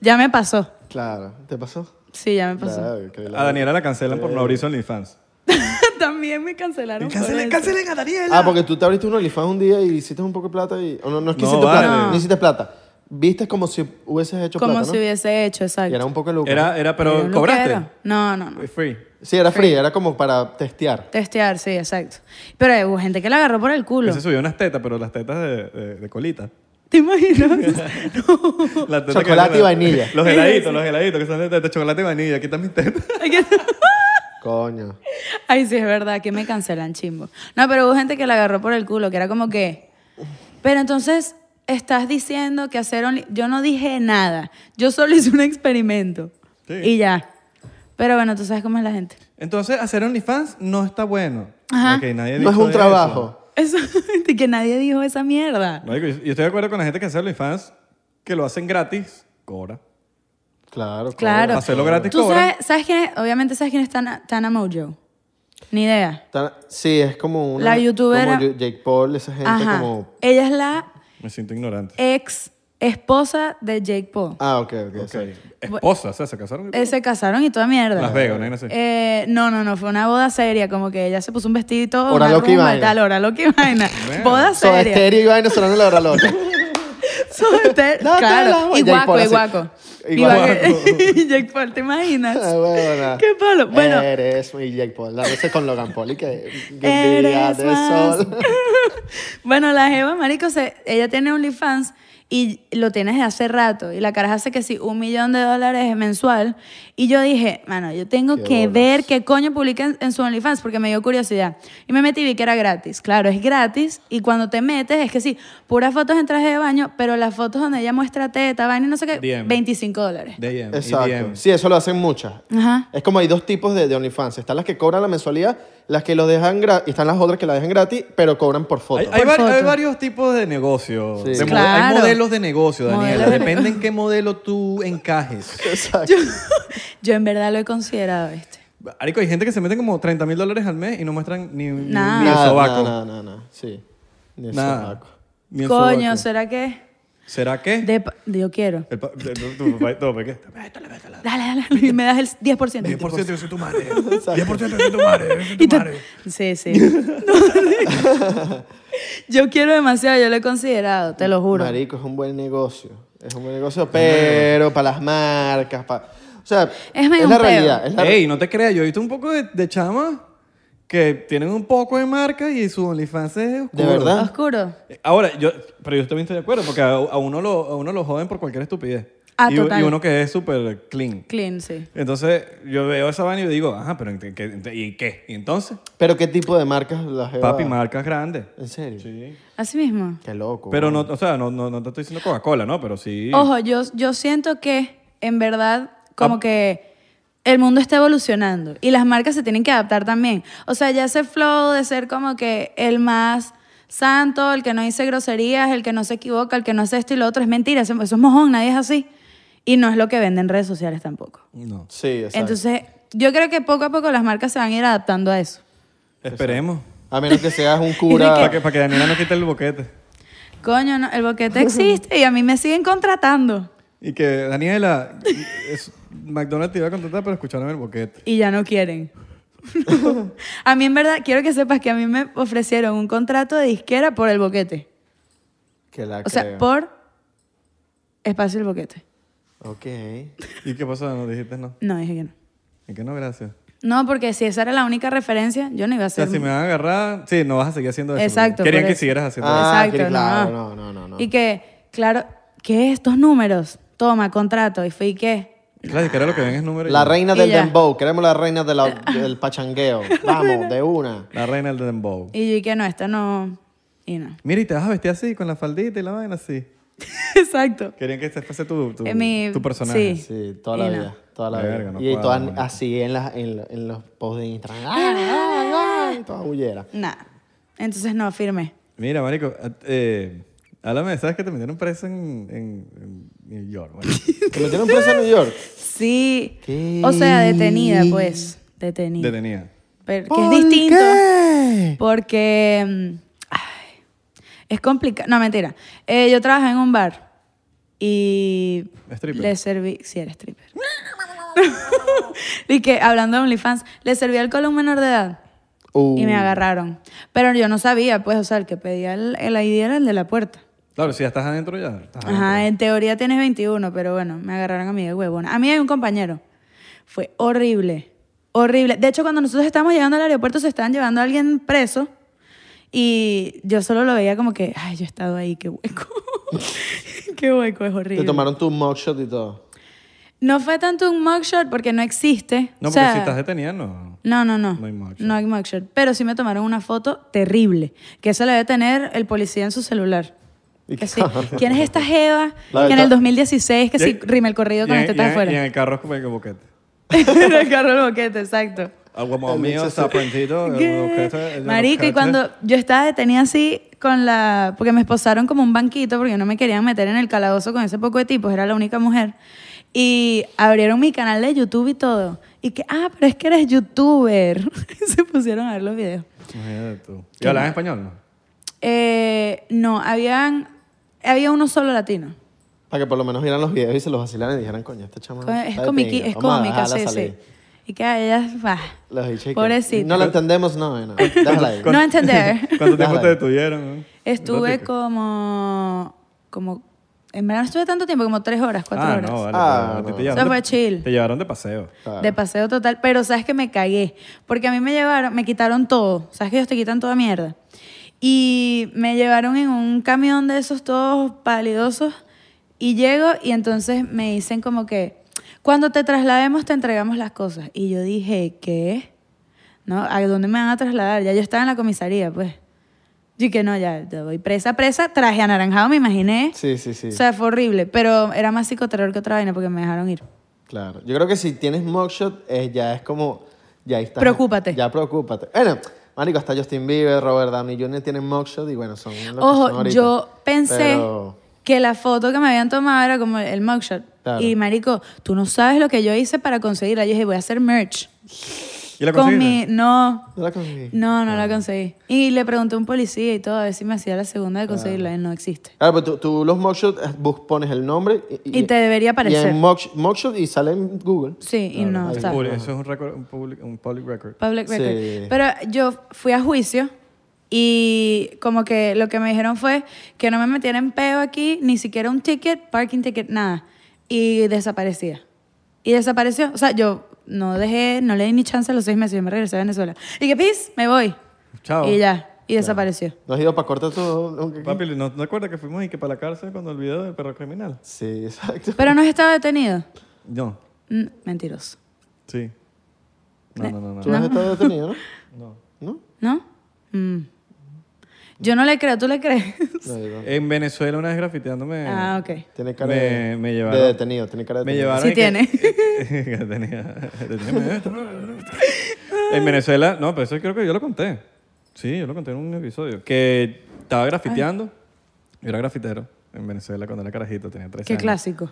Speaker 2: ya me pasó.
Speaker 3: Claro, ¿te pasó?
Speaker 2: Sí, ya me pasó.
Speaker 3: Claro, que la-
Speaker 1: A Daniela la cancelan por no abrir su OnlyFans.
Speaker 2: También me cancelaron. por eso.
Speaker 1: a Daniela.
Speaker 3: Ah, porque tú te abriste un OnlyFans un día y hiciste un poco de plata y... o no, no es que
Speaker 1: No,
Speaker 3: hiciste plata,
Speaker 1: vale.
Speaker 3: no hiciste plata. Viste como si hubieses hecho
Speaker 2: Como
Speaker 3: plata,
Speaker 2: si
Speaker 3: ¿no?
Speaker 2: hubiese hecho,
Speaker 3: Y
Speaker 2: exacto.
Speaker 3: era un poco de lucro.
Speaker 1: Era, eh, era,
Speaker 2: Era
Speaker 1: pero
Speaker 2: un
Speaker 1: cobraste.
Speaker 2: loquero. No, no, no.
Speaker 1: It's Free.
Speaker 3: Sí, era free, era como para testear.
Speaker 2: Testear, sí, exacto. Pero hubo gente que la agarró por el culo.
Speaker 1: Él se subió unas tetas, pero las tetas de, de- de colita.
Speaker 2: ¿Te imaginas? no.
Speaker 1: Las tetas que-
Speaker 3: Chocolate y vainilla.
Speaker 1: Los heladitos, los heladitos que son de teta, chocolate y vainilla. Aquí están mis tetas.
Speaker 2: Ay, que-
Speaker 3: Coño.
Speaker 2: Ay, sí, es verdad, que me cancelan, chimbo. No, pero hubo gente que la agarró por el culo, que era como que... Pero entonces, estás diciendo que hacer only- Yo no dije nada. Yo solo hice un experimento.
Speaker 1: Sí.
Speaker 2: Y ya. Pero bueno, tú sabes cómo es la gente.
Speaker 1: Entonces, hacer OnlyFans no está bueno.
Speaker 2: Ajá.
Speaker 1: Ok, nadie ha
Speaker 3: No es
Speaker 1: dicho
Speaker 3: un
Speaker 1: eso.
Speaker 3: trabajo.
Speaker 2: Eso, y que nadie dijo esa mierda.
Speaker 1: Marico, yo yo estoy de acuerdo con la gente que hace OnlyFans, que lo hacen gratis, cobra.
Speaker 3: Claro,
Speaker 2: Claro.
Speaker 1: Para hacerlo gratis,
Speaker 2: ¿Tú
Speaker 1: cobra.
Speaker 2: sabes, sabes quién es? Obviamente sabes quién es Tana, Tana Mojo. Ni idea.
Speaker 3: Tan- Sí, es como una...
Speaker 2: La youtubera-
Speaker 3: Como Yu- Jake Paul, esa gente
Speaker 2: Ajá.
Speaker 3: como...
Speaker 2: Ella es la
Speaker 1: Me siento ignorante.
Speaker 2: Eh, ex esposa de Jake Paul.
Speaker 3: Ah, ok, ok.
Speaker 1: Ok.
Speaker 3: okay.
Speaker 1: Esposa, o sea, se casaron.
Speaker 2: Eh, se casaron y toda mierda.
Speaker 1: Las Vegas, ¿no? No sé.
Speaker 2: Eh, no, no, no, fue una boda seria, como que ella se puso un vestidito,
Speaker 3: Hora
Speaker 2: una
Speaker 3: loca y
Speaker 2: rumba
Speaker 3: vaina.
Speaker 2: tal, hora loca y vaina.
Speaker 1: Bueno.
Speaker 2: boda
Speaker 3: So,
Speaker 2: seria.
Speaker 3: estéreo y vaina sonando la hora loca.
Speaker 2: Soda estéreo,
Speaker 3: La, la,
Speaker 2: claro,
Speaker 3: la.
Speaker 2: y
Speaker 3: Jake
Speaker 2: guaco,
Speaker 3: Paul
Speaker 2: y
Speaker 3: así.
Speaker 2: guaco.
Speaker 3: Y
Speaker 2: Y guaco.
Speaker 3: guaco.
Speaker 2: Jake Paul, ¿te imaginas?
Speaker 3: Ah, huevona.
Speaker 2: Qué palo. Bueno,
Speaker 3: Eres mi Jake Paul. La veces con Logan Paul y que... que día
Speaker 2: Eres
Speaker 3: de
Speaker 2: más.
Speaker 3: sol.
Speaker 2: bueno, la Jeva, marico, se- ella tiene OnlyFans y lo tiene desde hace rato. Y la caraja hace que sí, un millón de dólares mensual. Y yo dije, mano, yo tengo
Speaker 3: Qué
Speaker 2: que
Speaker 3: bolas.
Speaker 2: ver qué coño publica en, en su OnlyFans porque me dio curiosidad. Y me metí y vi que era gratis. Claro, es gratis. Y cuando te metes, es que sí, puras fotos en traje de baño, pero las fotos donde ella muestra teta, vaina y no sé qué,
Speaker 1: DM.
Speaker 2: 25 dólares.
Speaker 1: DM,
Speaker 3: Exacto.
Speaker 1: EDM.
Speaker 3: Sí, eso lo hacen muchas.
Speaker 2: Ajá.
Speaker 3: Es como hay dos tipos de, de OnlyFans. Están las que cobran la mensualidad, las que los dejan gratis, y están las otras que la dejan gratis, pero cobran por foto.
Speaker 1: Hay, hay
Speaker 2: Por
Speaker 1: vari- hay
Speaker 2: foto.
Speaker 1: varios tipos de negocios.
Speaker 3: Sí.
Speaker 1: De mode-
Speaker 2: Claro.
Speaker 1: Hay modelos de negocio, Daniela.
Speaker 2: Modelos de
Speaker 1: Depende en qué modelo tú encajes.
Speaker 3: Exacto.
Speaker 2: Yo en verdad lo he considerado este.
Speaker 1: Arico, hay gente que se meten como 30 mil dólares al mes y no muestran ni, ni-
Speaker 2: Nada.
Speaker 1: ni el
Speaker 3: Nada,
Speaker 1: sobaco.
Speaker 3: nada, nada, nada. Sí. Ni el
Speaker 1: Nada.
Speaker 3: sobaco.
Speaker 1: Ni el
Speaker 2: Coño,
Speaker 1: sobaco.
Speaker 2: ¿será que?
Speaker 1: ¿Será que?
Speaker 2: de pa- yo quiero.
Speaker 1: El pa- de- tu- tu- pa- no, ¿por qué? Métale, métale.
Speaker 2: Dale, dale, dale. Y me das el 10%.
Speaker 1: 10% yo soy tu madre. 10% yo soy tu madre. Yo soy tu
Speaker 2: Y tú-
Speaker 1: madre.
Speaker 2: Sí, sí. No, sí. yo quiero demasiado, yo lo he considerado, te lo juro.
Speaker 3: Marico, es un buen negocio. Es un buen negocio, pero para las marcas, para... O sea,
Speaker 2: medio
Speaker 3: la
Speaker 2: un peo.
Speaker 3: realidad. Es la...
Speaker 1: Ey, no te creas, yo he visto un poco de, de chama que tienen un poco de marca y su OnlyFans es oscuro.
Speaker 3: verdad? ¿Ah?
Speaker 2: Oscuro.
Speaker 1: Eh, Ahora, yo, pero yo también estoy de acuerdo, porque a, a uno, lo, a uno lo joden por cualquier estupidez.
Speaker 2: Ah,
Speaker 1: y, u-
Speaker 2: total.
Speaker 1: y uno que es súper clean.
Speaker 2: Clean, sí.
Speaker 1: Entonces, yo veo esa vaina y yo digo, ajá, pero ¿en qué- qué- ¿y qué? ¿Y entonces?
Speaker 3: Pero ¿qué tipo de marcas las
Speaker 1: Papi, marcas grandes.
Speaker 3: ¿En serio?
Speaker 1: Sí.
Speaker 2: Así mismo.
Speaker 3: Qué loco.
Speaker 1: Pero no, o sea, no, no, no te estoy diciendo Coca-Cola, ¿no? Pero sí.
Speaker 2: Ojo, yo, yo siento que en verdad como
Speaker 1: Ah.
Speaker 2: que el mundo está evolucionando y las marcas se tienen que adaptar también. O sea, ya ese flow de ser como que el más santo, el que no dice groserías, el que no se equivoca, el que no hace esto y lo otro, es mentira, eso, eso es mojón, nadie es así. Y no es lo que venden redes sociales tampoco.
Speaker 1: No.
Speaker 3: Sí, exacto.
Speaker 2: Entonces, yo creo que poco a poco las marcas se van a ir adaptando a eso.
Speaker 1: Esperemos.
Speaker 3: A menos que seas un
Speaker 1: Para
Speaker 3: cura.
Speaker 1: que, para que Daniela no quite el boquete.
Speaker 2: Coño, no, el boquete existe y a mí me siguen contratando.
Speaker 1: Y que Daniela, es- McDonald's te iba a contratar, pero escucharon el boquete.
Speaker 2: y ya no quieren. No. A mí en verdad, quiero que sepas que a mí me ofrecieron un contrato de disquera por el boquete.
Speaker 3: Que la
Speaker 2: O sea,
Speaker 3: Ah, creo.
Speaker 2: por espacio el boquete.
Speaker 3: Ok.
Speaker 1: ¿Y qué pasó? No dijiste no.
Speaker 2: No, dije que no.
Speaker 1: ¿Y que no? Gracias.
Speaker 2: No, porque si esa era la única referencia, yo no iba a
Speaker 1: O sea,
Speaker 2: ser...
Speaker 1: si me van a agarrar, sí, no vas a seguir haciendo eso.
Speaker 2: Exacto,
Speaker 1: Querían
Speaker 2: por
Speaker 1: que
Speaker 2: eso.
Speaker 1: siguieras haciendo
Speaker 3: Ah,
Speaker 1: eso.
Speaker 2: Exacto,
Speaker 3: que- claro,
Speaker 2: no.
Speaker 3: no, no, no, no.
Speaker 2: Y que, claro, que estos números, toma, contrato, y fui que...
Speaker 1: Claro, si que ahora lo que ven es número. y-
Speaker 3: La reina
Speaker 2: Y
Speaker 3: del
Speaker 2: ya.
Speaker 3: dembow. Queremos la reina de la- del pachangueo. Vamos, de una.
Speaker 1: La reina del dembow.
Speaker 2: Y yo y que no, esto no... Y no.
Speaker 1: Mira, y te vas a vestir así, con la faldita y la vaina así.
Speaker 2: Exacto.
Speaker 1: Querían que este fuese tu, tu,
Speaker 2: Eh, mi-
Speaker 1: tu personaje.
Speaker 2: sí.
Speaker 3: Sí, toda la
Speaker 2: Y no.
Speaker 3: vida. Toda la
Speaker 1: Verga,
Speaker 3: vida.
Speaker 1: no
Speaker 3: y
Speaker 1: cuadra,
Speaker 3: todas
Speaker 1: marico.
Speaker 3: así en, las en, en los posts de Instagram. Ah, ah, ah, toda bullera.
Speaker 2: Nada. Entonces no, firme.
Speaker 1: Mira, marico, a- eh, háblame, ¿sabes que te metieron preso en, en, en New York? bueno.
Speaker 3: ¿Te metieron preso en New York?
Speaker 2: Sí.
Speaker 3: ¿Qué?
Speaker 2: O sea, detenida, pues. Detenida.
Speaker 1: detenida.
Speaker 2: Pero que
Speaker 3: ¿Por
Speaker 2: es distinto.
Speaker 3: qué?
Speaker 2: Porque mm, ay, es complicado. No, mentira. Eh, yo trabajé en un bar y
Speaker 1: Stripper.
Speaker 2: le serví. Sí, era stripper. y que hablando de OnlyFans, le serví alcohol a un menor de edad.
Speaker 3: Uh,
Speaker 2: Y me agarraron. Pero yo no sabía, pues, o sea, el que pedía el, el ID era el de la puerta.
Speaker 1: Claro, si ya estás adentro, ya estás
Speaker 2: Ajá,
Speaker 1: adentro.
Speaker 2: en teoría tienes 21, pero bueno, me agarraron a mí de huevona. A mí hay un compañero. Fue horrible, horrible. De hecho, cuando nosotros estábamos llegando al aeropuerto, se estaban llevando a alguien preso y yo solo lo veía como que, ay, yo he estado ahí, qué hueco. qué hueco, es horrible.
Speaker 3: Te tomaron tu mugshot y todo.
Speaker 2: No fue tanto un mugshot porque no existe.
Speaker 1: No,
Speaker 2: O
Speaker 1: porque
Speaker 2: sea,
Speaker 1: si estás detenida, no.
Speaker 2: no, no, no.
Speaker 1: No hay mugshot.
Speaker 2: No hay mugshot. Pero sí me tomaron una foto terrible. Que esa la debe tener el policía en su celular.
Speaker 3: ¿Y
Speaker 2: Que
Speaker 3: qué?
Speaker 2: sí. ¿Quién es esta Jeva?
Speaker 3: La
Speaker 2: que en el
Speaker 3: verdad-
Speaker 2: 2016 que
Speaker 1: Y-
Speaker 2: sí rime el corrido con
Speaker 1: y en-
Speaker 2: este
Speaker 1: y en-
Speaker 2: está afuera.
Speaker 1: Y en el carro es como el boquete.
Speaker 2: en el carro del boquete, exacto.
Speaker 1: Algo
Speaker 3: El
Speaker 1: mío,
Speaker 3: bicho
Speaker 1: está prendido, el boquete, el
Speaker 2: Marico, y
Speaker 1: boquete.
Speaker 2: cuando yo estaba detenida así con la... Porque me esposaron como un banquito porque no me querían meter en el calabozo con ese poco de tipos, era la única mujer. Y abrieron mi canal de YouTube y todo. Y que, ah, pero es que eres youtuber. Y se pusieron a ver los videos.
Speaker 1: Imagínate tú. ¿Y hablas en español? No.
Speaker 2: Eh, no, habían... Había uno solo latino.
Speaker 3: Para que por lo menos vieran los videos y se los vacilaran y dijeran, coño, esta chama.
Speaker 2: Co- Es,
Speaker 3: está de
Speaker 2: comiqui-
Speaker 3: pinga.
Speaker 2: es
Speaker 3: Vamos a
Speaker 2: cómica,
Speaker 3: dejarla
Speaker 2: sí, sí.
Speaker 3: salir.
Speaker 2: Y que a ellas, bah,
Speaker 3: Los bichos y que,
Speaker 2: Pobrecita.
Speaker 3: No la entendemos, no, no. Déjala ahí.
Speaker 2: No entender.
Speaker 1: ¿Cuánto tiempo
Speaker 3: Dale.
Speaker 1: te detuvieron? no?
Speaker 2: Estuve
Speaker 1: Ratico.
Speaker 2: como, como, en verdad no estuve tanto tiempo, como tres horas, cuatro
Speaker 1: ah,
Speaker 2: horas.
Speaker 1: No, vale,
Speaker 3: Ah,
Speaker 1: pero a ti
Speaker 3: no.
Speaker 1: te llevaron
Speaker 2: Eso fue
Speaker 1: de-
Speaker 2: chill.
Speaker 1: Te llevaron de paseo.
Speaker 3: Claro.
Speaker 2: De paseo total, pero sabes que me cagué, porque a mí me llevaron, me quitaron todo, sabes que ellos te quitan toda mierda. Y me llevaron en un camión de esos todos palidosos y llego y entonces me dicen como que, cuando te traslademos te entregamos las cosas. Y yo dije, ¿qué? ¿No? ¿A dónde me van a trasladar? Ya yo estaba en la comisaría, pues. Yo que no, ya, ya voy presa, presa, traje anaranjado, me imaginé.
Speaker 3: Sí, sí, sí.
Speaker 2: O sea, fue horrible, pero era más psicoterror que otra vaina porque me dejaron ir.
Speaker 3: Claro. Yo creo que si tienes mugshot, eh, ya es como. Ya está.
Speaker 2: Preocúpate.
Speaker 3: Ya preocúpate. Bueno, Marico, hasta Justin Bieber, Robert Downey Jr. tienen mugshot y bueno, son. lo que son
Speaker 2: Ojo,
Speaker 3: ahorita.
Speaker 2: yo pensé
Speaker 3: Pero-
Speaker 2: que la foto que me habían tomado era como el mugshot.
Speaker 3: Claro.
Speaker 2: Y marico, tú no sabes lo que yo hice para conseguirla. Yo dije, voy a hacer merch.
Speaker 1: ¿Y la
Speaker 2: Con
Speaker 1: conseguiste?
Speaker 2: mi- No,
Speaker 3: Yo la conseguí.
Speaker 2: no, no
Speaker 3: Ah.
Speaker 2: la conseguí. Y le pregunté a un policía y todo, a ver si me hacía la segunda de conseguirla. Y no existe.
Speaker 3: Claro, Ah, pero tú, tú los mugshot eh, bus- pones el nombre
Speaker 2: Y te debería
Speaker 3: Y
Speaker 2: aparecer.
Speaker 3: en mugsh- mugshot y sale en Google.
Speaker 2: Sí, y no
Speaker 1: Es
Speaker 2: está.
Speaker 1: public- Eso es un, record, un, public, un public record.
Speaker 2: Public
Speaker 3: Sí.
Speaker 2: record. Pero yo fui a juicio y como que lo que me dijeron fue que no me metieran en peo aquí, ni siquiera un ticket, parking ticket, nada. Y desaparecía. Y desapareció. O sea, yo no dejé, no le di ni chance a los seis meses, yo me regresé a Venezuela. Y que pis, me voy.
Speaker 1: Chao.
Speaker 2: Y ya, y desapareció.
Speaker 3: ¿No has ido para corta todo?
Speaker 1: Papi, ¿no te acuerdas que fuimos y que para la cárcel cuando el video del perro criminal?
Speaker 3: Sí, exacto.
Speaker 2: Pero no estaba detenido.
Speaker 1: No.
Speaker 2: Mm, mentiroso.
Speaker 1: Sí. No, no, no, no.
Speaker 3: Tú has estado detenido, ¿no?
Speaker 1: no.
Speaker 3: ¿No?
Speaker 2: ¿No? Mm. Yo no le creo, ¿tú le crees?
Speaker 3: No, yo no.
Speaker 1: En Venezuela una vez grafiteándome.
Speaker 2: ah, ok.
Speaker 3: Tiene cara
Speaker 1: Me-
Speaker 3: de,
Speaker 1: me
Speaker 3: de
Speaker 1: llevaron.
Speaker 3: detenido, tiene cara de
Speaker 1: Me
Speaker 3: detenido.
Speaker 1: llevaron.
Speaker 2: Sí
Speaker 1: y que-
Speaker 2: tiene.
Speaker 1: que tenía- tenía esto. en Venezuela, no, pero eso creo que yo lo conté. Sí, yo lo conté en un episodio. Que estaba grafiteando. Yo era grafitero en Venezuela cuando era carajito, tenía 13
Speaker 2: Qué
Speaker 1: años.
Speaker 2: clásico.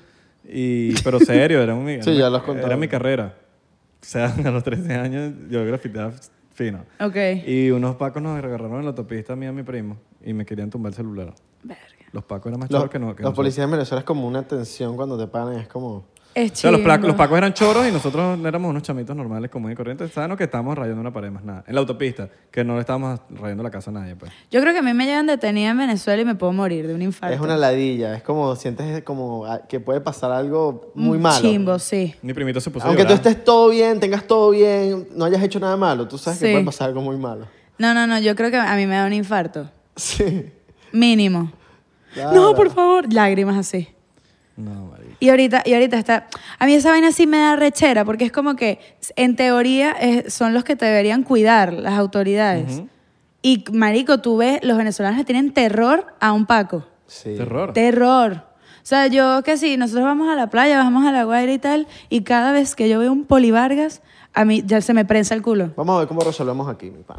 Speaker 1: Y, pero serio, era, un,
Speaker 3: Sí,
Speaker 1: era-
Speaker 3: ya lo has contado.
Speaker 1: era mi carrera. O sea, a los 13 años yo grafiteaba fino.
Speaker 2: Ok.
Speaker 1: Y unos pacos nos agarraron en la autopista a mí y a mi primo y me querían tumbar el celular.
Speaker 2: Verga.
Speaker 1: Los pacos eran más
Speaker 3: Los,
Speaker 1: choros que no. que
Speaker 3: los
Speaker 1: nosotros.
Speaker 3: policías en Venezuela es como una tensión cuando te paran, es como...
Speaker 2: Es
Speaker 1: O sea, los, placos,
Speaker 2: chimbo.
Speaker 1: los pacos eran choros y nosotros éramos unos chamitos normales, comunes y corrientes, sanos que estábamos rayando una pared más nada. En la autopista, que no le estábamos rayando la casa a nadie, pues.
Speaker 2: Yo creo que a mí me llevan detenida en Venezuela y me puedo morir de un infarto.
Speaker 3: Es una ladilla, es como sientes como ah, que puede pasar algo muy
Speaker 2: Un
Speaker 3: malo.
Speaker 2: Mm, Chimbo, sí.
Speaker 1: Mi primito se puso a
Speaker 3: Aunque tú
Speaker 1: Pues llorar.
Speaker 3: estés todo bien, tengas todo bien, no hayas hecho nada malo, tú sabes que
Speaker 2: Sí.
Speaker 3: puede pasar algo muy malo.
Speaker 2: No, no, no, yo creo que a mí me da un infarto.
Speaker 3: Sí.
Speaker 2: Mínimo.
Speaker 3: claro.
Speaker 2: No, por favor. Lágrimas así.
Speaker 1: No, marico.
Speaker 2: Y ahorita, y ahorita está. A mí esa vaina sí me da rechera, porque es como que, en teoría, es- son los que te deberían cuidar, las autoridades. Y, marico, tú ves, los venezolanos le tienen terror a un Paco.
Speaker 3: Sí.
Speaker 1: Terror.
Speaker 2: Terror. O sea, yo que sí, nosotros vamos a la playa, vamos a la guaira y tal, y cada vez que yo veo un polivargas, a mí ya se me prensa el culo.
Speaker 3: Vamos a ver cómo resolvemos aquí, mi pana.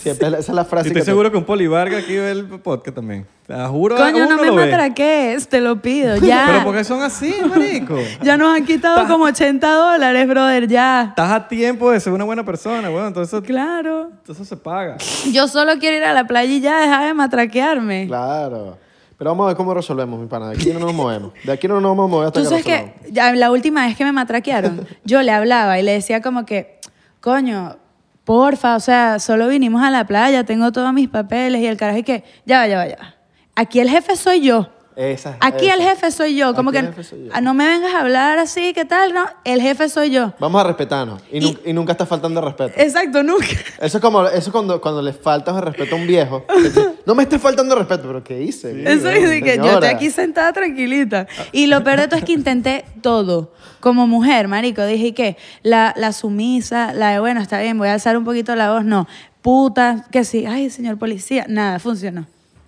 Speaker 3: Siempre es la- esa es la frase
Speaker 1: Y
Speaker 3: que
Speaker 1: estoy
Speaker 3: te-
Speaker 1: seguro que un polivarga aquí ve el podcast también. Te juro,
Speaker 2: Coño,
Speaker 1: uno
Speaker 2: no me
Speaker 1: lo ve.
Speaker 2: matraques, te lo pido,
Speaker 1: Pero
Speaker 2: ya.
Speaker 1: porque son así, marico.
Speaker 2: Ya nos han quitado como 80 dólares, brother, ya.
Speaker 1: Estás a tiempo de ser una buena persona, weón. Entonces,
Speaker 2: Claro.
Speaker 1: entonces se paga.
Speaker 2: Yo solo quiero ir a la playa y ya deja de matraquearme.
Speaker 3: Claro. Pero vamos a ver cómo resolvemos, mi pana. De aquí no nos movemos. De aquí no nos vamos a mover hasta
Speaker 2: Tú
Speaker 3: que
Speaker 2: sabes
Speaker 3: resolvamos.
Speaker 2: que ya la última vez que me matraquearon, yo le hablaba y le decía como que, coño, porfa, o sea, solo vinimos a la playa, tengo todos mis papeles y el carajo y que, ya va, ya va, ya va. Aquí el jefe soy yo.
Speaker 3: Esa,
Speaker 2: Aquí
Speaker 3: esa.
Speaker 2: el jefe soy yo. Como
Speaker 3: Aquí
Speaker 2: que
Speaker 3: el jefe soy yo.
Speaker 2: "Ah, no me vengas a hablar así, ¿qué tal? No, el jefe soy yo.
Speaker 3: Vamos a respetarnos. Y, nu- y nunca está faltando el respeto.
Speaker 2: Exacto, nunca.
Speaker 3: Eso es como eso es cuando, cuando le faltas el respeto a un viejo. Dice, no me estés faltando el respeto, pero ¿qué hice?
Speaker 2: Eso es de que yo estoy
Speaker 3: Señora.
Speaker 2: aquí sentada tranquilita. Y lo peor de todo es que intenté todo. Como mujer, marico, dije que la, la sumisa, la de bueno, está bien, voy a alzar un poquito la voz, no. Puta, que sí, ay, señor policía, nada, funcionó.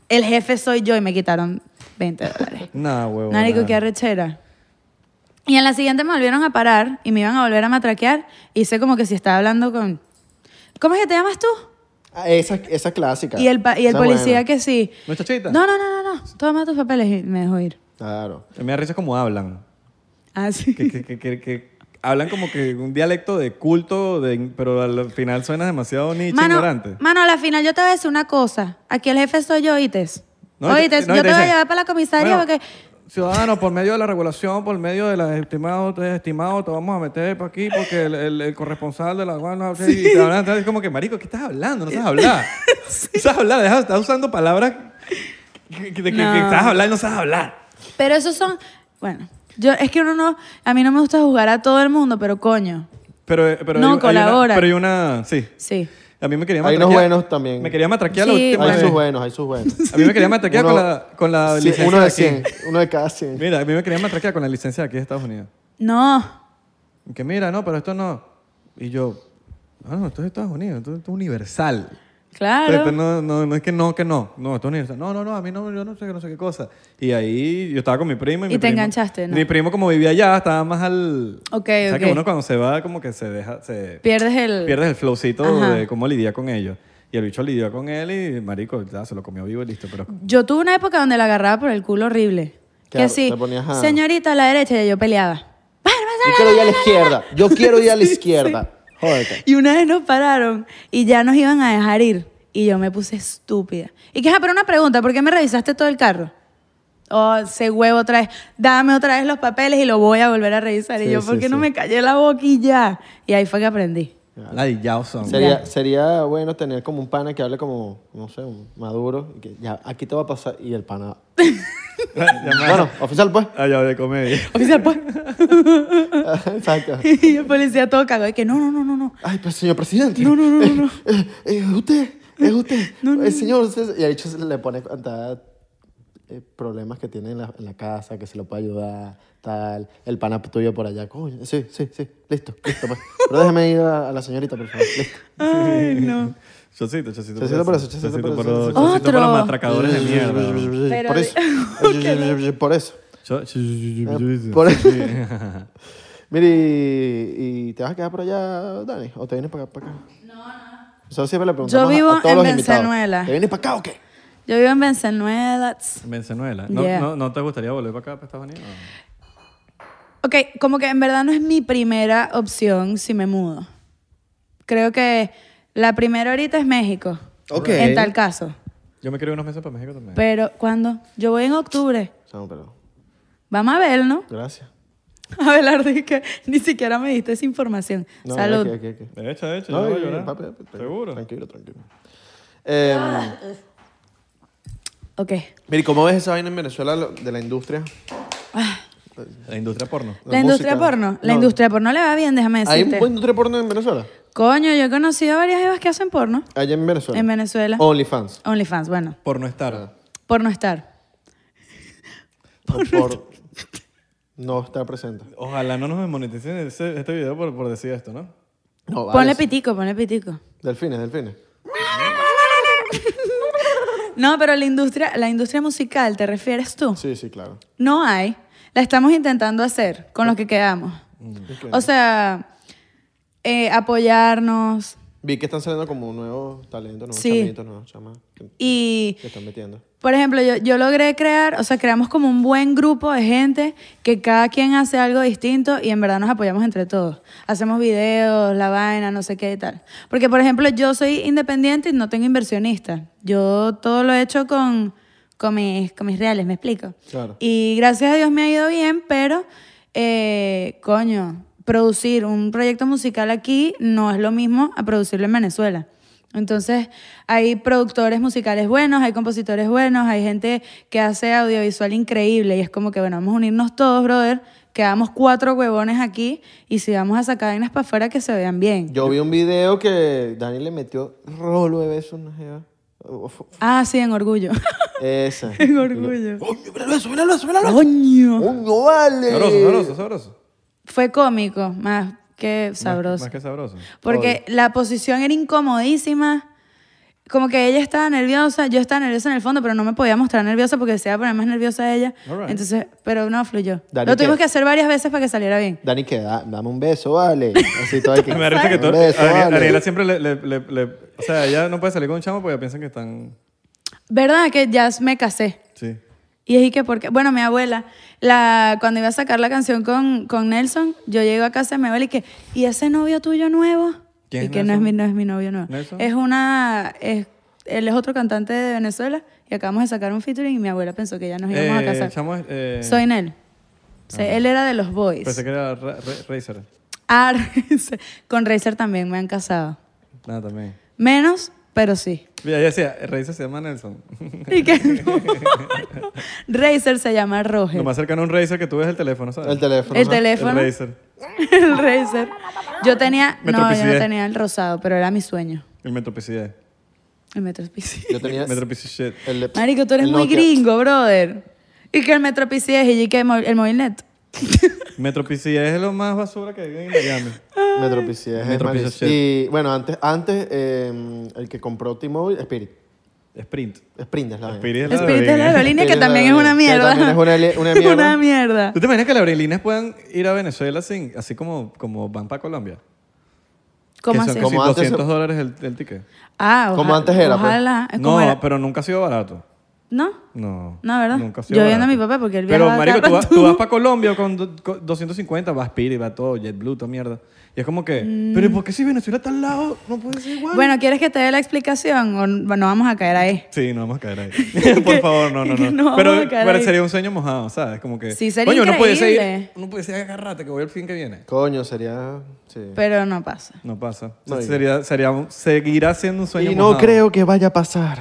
Speaker 2: El jefe soy yo y me quitaron 20 dólares.
Speaker 1: Nah, huevón.
Speaker 2: Marico,
Speaker 1: nada.
Speaker 2: qué arrechera. Y en la siguiente me volvieron a parar y me iban a volver a matraquear. Hice como que si estaba hablando con. ¿Cómo es que te llamas tú?
Speaker 3: Ah, Esa, esa es clásica.
Speaker 2: Y el, pa- y el
Speaker 3: Esa es
Speaker 2: policía
Speaker 3: buena.
Speaker 2: que sí.
Speaker 1: Muchachita.
Speaker 2: No, no, no, no, no. Toma tus papeles y me dejó ir.
Speaker 3: Claro.
Speaker 1: Me da risa cómo hablan.
Speaker 2: Ah, sí.
Speaker 1: que, que, que, que, que hablan como que un dialecto de culto, de, pero al final suena demasiado nicho ignorante.
Speaker 2: Mano, mano, a la final yo te voy a decir una cosa. Aquí el jefe soy yo, ¿oítes?
Speaker 1: y te-
Speaker 2: ¿Oítes?
Speaker 1: no, y
Speaker 2: yo te voy a
Speaker 1: dicen,
Speaker 2: llevar para la comisaría
Speaker 1: bueno,
Speaker 2: porque...
Speaker 1: Ciudadano, por medio de la regulación, por medio de las estimados, desestimados, te vamos a meter para aquí porque el, el- el corresponsal de la guardia... y te hablan, entonces es como que, marico, ¿qué estás hablando? No sabes hablar. No sabes hablar, deja- estás usando palabras que, que- que-
Speaker 2: No.
Speaker 1: que estás hablando y no sabes hablar.
Speaker 2: Pero esos son... Bueno, yo es que uno no... A mí no me gusta jugar a todo el mundo, pero coño,
Speaker 1: Pero, eh, pero
Speaker 2: No,
Speaker 1: hay- hay,
Speaker 2: colabora.
Speaker 1: Una, pero hay una... Sí.
Speaker 2: sí.
Speaker 1: A mí me quería
Speaker 3: Hay unos
Speaker 1: matraquear-
Speaker 3: buenos también.
Speaker 1: Me quería matraquear la
Speaker 2: Sí,
Speaker 1: última
Speaker 2: bueno.
Speaker 3: Hay
Speaker 1: vez.
Speaker 3: sus buenos, hay sus buenos.
Speaker 1: A mí me quería matraquear con
Speaker 3: Uno-
Speaker 1: la, con la
Speaker 3: Sí,
Speaker 1: licencia
Speaker 3: uno
Speaker 1: de
Speaker 3: de
Speaker 1: Ah, aquí.
Speaker 3: 100. Uno de cada 100.
Speaker 1: Mira, a mí me querían matraquear con la licencia de aquí de Estados Unidos.
Speaker 2: No.
Speaker 1: Y Que mira, no, pero esto no. Y yo, "Ah, no, no, esto es Estados Unidos, esto, esto es universal. Esto
Speaker 2: Claro.
Speaker 1: no, no, no es que no, que no. No, esto es universal. No, no, no, a mí no, yo no sé, qué, no sé qué cosa. Y ahí yo estaba con mi primo. Y, mi
Speaker 2: Y te
Speaker 1: primo-
Speaker 2: enganchaste, ¿no?
Speaker 1: Mi primo, como vivía allá, estaba más al.
Speaker 2: Ok,
Speaker 1: o sea,
Speaker 2: ok.
Speaker 1: que uno cuando se va, como que se deja. Se,
Speaker 2: Pierdes el...
Speaker 1: pierdes el flowcito
Speaker 2: Ajá.
Speaker 1: de cómo lidiar con ellos. Y el bicho lidió con él y, marico, ya se lo comió vivo y listo. Pero
Speaker 2: Yo tuve una época donde la agarraba por el culo horrible.
Speaker 3: Te
Speaker 2: Que
Speaker 3: ar-
Speaker 2: sí,
Speaker 3: te ponías a-
Speaker 2: señorita a la derecha y yo peleaba.
Speaker 3: Yo quiero ir a la izquierda. Yo quiero ir a la izquierda. Jódete.
Speaker 2: Y una vez nos pararon y ya nos iban a dejar ir. Y yo me puse estúpida. Y que, ah, pero una pregunta, ¿por qué me revisaste todo el carro? Oh, ese huevo otra vez. Dame otra vez los papeles y lo voy a volver a revisar. y
Speaker 3: Sí,
Speaker 2: yo,
Speaker 3: sí,
Speaker 2: ¿por qué no
Speaker 3: sí.
Speaker 2: me callé la boca y ya? Y ahí fue que aprendí.
Speaker 1: ladillao son.
Speaker 3: Sería, sería bueno tener como un pana que hable como, no sé, un maduro. y que ya, aquí te va a pasar. Y el pana bueno, oficial, pues.
Speaker 1: Ah, ya, de comedia.
Speaker 2: Oficial, pues.
Speaker 3: Exacto.
Speaker 2: y el policía todo cagado. Y que no, no, no, no, no.
Speaker 3: Ay, pues, señor presidente.
Speaker 2: No, no, no, no, no.
Speaker 3: Eh, eh, eh, usted, es usted. el señor. usted- Y el hecho se le pone cuanta eh, problemas que tiene en la, en la casa, que se lo puede ayudar, tal. El pana tuyo por allá. Coño, sí, sí, sí. Listo, listo, pues. Pero déjame ir a, a la señorita, por favor. Listo.
Speaker 2: Ay, no.
Speaker 1: Chocito, chocito.
Speaker 3: Chocito por eso, chocito
Speaker 1: chocito
Speaker 3: por
Speaker 1: por
Speaker 3: eso,
Speaker 1: los-
Speaker 3: chocito
Speaker 1: chocito por los
Speaker 2: Otro.
Speaker 1: matracadores de mierda.
Speaker 2: Pero-
Speaker 3: Por eso. Por eso.
Speaker 1: Cho-
Speaker 3: Por eso. Mire, ¿y, y te vas a quedar por allá, Dani? ¿O te vienes para acá? Para acá? No, no. Eso siempre le preguntamos a-
Speaker 2: vivo
Speaker 3: a todos
Speaker 2: en
Speaker 3: los invitados.
Speaker 2: Venezuela.
Speaker 3: ¿Te vienes para acá o qué?
Speaker 2: Yo vivo en Venezuela. tss.
Speaker 1: Venezuela. ¿No,
Speaker 2: Yeah.
Speaker 1: no, ¿No te gustaría volver para acá, para Estados Unidos?
Speaker 2: Ok, como que en verdad no es mi primera opción si me mudo. Creo que la primera ahorita es México.
Speaker 3: Ok.
Speaker 2: En tal caso.
Speaker 1: Yo me quiero ir unos meses para México también.
Speaker 2: Pero, ¿cuándo? Yo voy en octubre.
Speaker 3: No, pero
Speaker 2: Vamos a ver, ¿no?
Speaker 3: gracias.
Speaker 2: Abelardo, y que ni siquiera me diste esa información.
Speaker 3: No,
Speaker 2: Salud.
Speaker 3: Aquí, aquí, aquí.
Speaker 1: De hecho, de hecho,
Speaker 3: No,
Speaker 1: yo no
Speaker 3: eh,
Speaker 1: voy a llorar.
Speaker 3: papi, papi, tranquilo,
Speaker 1: Seguro.
Speaker 3: Tranquilo, tranquilo. Eh,
Speaker 2: Ah. Ok.
Speaker 3: mire, ¿cómo ves esa vaina en Venezuela lo- de la industria?
Speaker 1: La industria porno.
Speaker 2: La,
Speaker 3: La
Speaker 2: industria
Speaker 3: música.
Speaker 2: porno. La
Speaker 3: No.
Speaker 2: industria porno le va bien, déjame
Speaker 3: ¿Hay
Speaker 2: decirte.
Speaker 3: buena industria porno en Venezuela?
Speaker 2: Coño, yo he conocido a varias evas que hacen porno
Speaker 3: Allá en Venezuela.
Speaker 2: en Venezuela.
Speaker 3: Oh. OnlyFans.
Speaker 2: OnlyFans, bueno.
Speaker 1: Porno estar.
Speaker 2: Por no estar.
Speaker 3: No, Por no estar presente.
Speaker 1: Ojalá no nos moneticen ese- este video por, por decir esto, ¿no?
Speaker 3: No, vale.
Speaker 2: Ponle pitico, ponle pitico.
Speaker 3: Delfines, delfines.
Speaker 2: No, pero la industria, la industria musical, ¿te refieres tú?
Speaker 3: Sí, sí, claro.
Speaker 2: No hay. La estamos intentando hacer con los que quedamos.
Speaker 3: Mm.
Speaker 2: O sea, eh, apoyarnos
Speaker 3: Vi que están saliendo como nuevos talentos, nuevos
Speaker 2: Sí.
Speaker 3: chamitos, nuevos chamas que,
Speaker 2: y
Speaker 3: que están metiendo.
Speaker 2: Por ejemplo, yo, yo logré crear, o sea, creamos como un buen grupo de gente que cada quien hace algo distinto y en verdad nos apoyamos entre todos. Hacemos videos, la vaina, no sé qué y tal. Porque, por ejemplo, yo soy independiente y no tengo inversionista. Yo todo lo he hecho con, con, mis, con mis reales, ¿me explico?
Speaker 3: Claro.
Speaker 2: Y gracias a Dios me ha ido bien, pero, eh, coño, producir un proyecto musical aquí no es lo mismo a producirlo en Venezuela. Entonces, hay productores musicales buenos, hay compositores buenos, hay gente que hace audiovisual increíble y es como que, bueno, vamos a unirnos todos, brother. Quedamos cuatro huevones aquí y si vamos a sacar vainas para afuera que se vean bien.
Speaker 3: Yo vi un video que Dani le metió rolo de besos a una jeva. O- o fu-
Speaker 2: Ah, sí, en orgullo.
Speaker 3: Esa.
Speaker 2: en orgullo.
Speaker 3: ¡Coño, míralo eso, míralo eso, míralo eso!
Speaker 2: ¡Coño!
Speaker 3: ¡Coño, vale!
Speaker 1: Sabroso, sabroso, sabroso.
Speaker 2: Fue cómico, más que
Speaker 1: Más,
Speaker 2: sabroso.
Speaker 1: más que sabroso.
Speaker 2: Porque la posición era incomodísima. Como que ella estaba nerviosa, yo estaba nerviosa en el fondo, pero no me podía mostrar nerviosa porque se iba a poner más nerviosa ella.
Speaker 1: Alright.
Speaker 2: Entonces, pero no fluyó.
Speaker 3: Dani,
Speaker 2: Lo tuvimos
Speaker 3: ¿qué?
Speaker 2: que hacer varias veces para que saliera bien.
Speaker 3: Dani, que da- dame un beso, vale. Así todo
Speaker 2: Pues,
Speaker 3: aquí.
Speaker 1: Me da risa que
Speaker 3: Un
Speaker 1: todo.
Speaker 3: beso,
Speaker 1: Adri-
Speaker 3: vale.
Speaker 1: Ariela siempre le, le- le- le- O sea, ella no puede salir con un chamo porque piensan que están.
Speaker 2: ¿Verdad que ya me casé?
Speaker 1: Sí.
Speaker 2: Y es que porque, bueno, mi abuela, la, cuando iba a sacar la canción con, con Nelson, yo llego a casa de mi abuela y que, ¿y ese novio tuyo nuevo?
Speaker 1: ¿Quién
Speaker 2: y
Speaker 1: es
Speaker 2: que no es,
Speaker 1: Nelson?
Speaker 2: mi, no es mi novio nuevo.
Speaker 1: ¿Nelson?
Speaker 2: Es una, es- él es otro cantante de Venezuela y acabamos de sacar un featuring y mi abuela pensó que ya nos íbamos
Speaker 1: Eh,
Speaker 2: a casar.
Speaker 1: chamo, eh,
Speaker 2: Soy Nel. O sea, él era de los boys.
Speaker 1: Pensé que era Ra- Ra- Razer.
Speaker 2: Ah, Razer. con Razer también me han casado.
Speaker 1: Nada, también.
Speaker 2: Menos, pero sí.
Speaker 1: Mira, ella decía, Razer se llama Nelson.
Speaker 2: Y que no, no. Razer se llama Roger.
Speaker 1: Lo más cercano a un Razer que tú ves el teléfono, ¿sabes?
Speaker 3: El teléfono.
Speaker 2: El
Speaker 3: ¿no?
Speaker 2: teléfono.
Speaker 1: El Razer.
Speaker 2: El Razer. Yo tenía.
Speaker 1: Me
Speaker 2: no, yo
Speaker 1: tropecé.
Speaker 2: no tenía el rosado, pero era mi sueño.
Speaker 1: El Metro PC.
Speaker 2: El Metro PC.
Speaker 3: Yo tenía
Speaker 1: Metro PC shit.
Speaker 3: el de-
Speaker 2: Marico, tú eres
Speaker 3: el
Speaker 2: muy
Speaker 3: Nokia.
Speaker 2: gringo, brother. Y que el Metro PC es y que el, mo- el Movilnet.
Speaker 1: Metro PC es lo más basura que hay en Miami.
Speaker 3: Metro PCS,
Speaker 1: Metro
Speaker 3: marico.
Speaker 1: PCS.
Speaker 3: Y bueno, antes, antes eh, el que compró T-Mobile, Spirit.
Speaker 1: Sprint.
Speaker 3: Sprint es la vaina.
Speaker 1: Spirit es la
Speaker 2: Spirit es la
Speaker 1: aerolínea.
Speaker 2: aerolínea que
Speaker 3: Spirit es la
Speaker 2: también es una
Speaker 3: aerolínea, que
Speaker 2: mierda.
Speaker 3: también es una li- una mierda.
Speaker 2: Una mierda.
Speaker 1: ¿Tú te imaginas que las aerolíneas puedan ir a Venezuela sin, así como, como van para Colombia? que
Speaker 2: ¿Cómo
Speaker 1: son
Speaker 2: así?
Speaker 1: casi
Speaker 3: Como antes
Speaker 1: 200
Speaker 3: se-
Speaker 1: dólares el, el ticket.
Speaker 2: Ah, ojalá.
Speaker 3: Como antes era, pues.
Speaker 2: Ojalá. es como
Speaker 1: No,
Speaker 2: Ah, era.
Speaker 1: pero nunca ha sido barato.
Speaker 2: ¿No?
Speaker 1: No.
Speaker 2: No, ¿verdad?
Speaker 1: Nunca ha sido
Speaker 2: Yo viendo a
Speaker 1: barato.
Speaker 2: mi papá porque él
Speaker 1: Pero,
Speaker 2: viajaba
Speaker 1: marico,
Speaker 2: cada
Speaker 1: tú vas,
Speaker 2: rato.
Speaker 1: tú vas para Colombia con, do- con 250, vas Spirit, va todo, JetBlue, toda mierda. Y es como que, pero ¿y por qué si Venezuela está al lado no puede ser igual?
Speaker 2: Mm. Bueno, ¿quieres que te dé la explicación o no bueno, vamos a caer ahí?
Speaker 1: Sí, no vamos a caer ahí. Por favor, no, no,
Speaker 2: que
Speaker 1: no.
Speaker 2: no vamos
Speaker 1: pero
Speaker 2: a caer
Speaker 1: pero
Speaker 2: ahí.
Speaker 1: sería un sueño mojado, ¿sabes? Como que.
Speaker 2: Sí, sería
Speaker 1: Coño, uno puede
Speaker 2: increíble.
Speaker 1: seguir. Uno puede seguir agarrate, que voy al fin que viene.
Speaker 3: Coño, sería... Sí.
Speaker 2: Pero no pasa.
Speaker 1: No pasa.
Speaker 3: No,
Speaker 1: Se-
Speaker 3: y-
Speaker 1: sería, sería un- seguirá siendo un sueño
Speaker 3: Y
Speaker 1: mojado.
Speaker 3: no creo que vaya a pasar.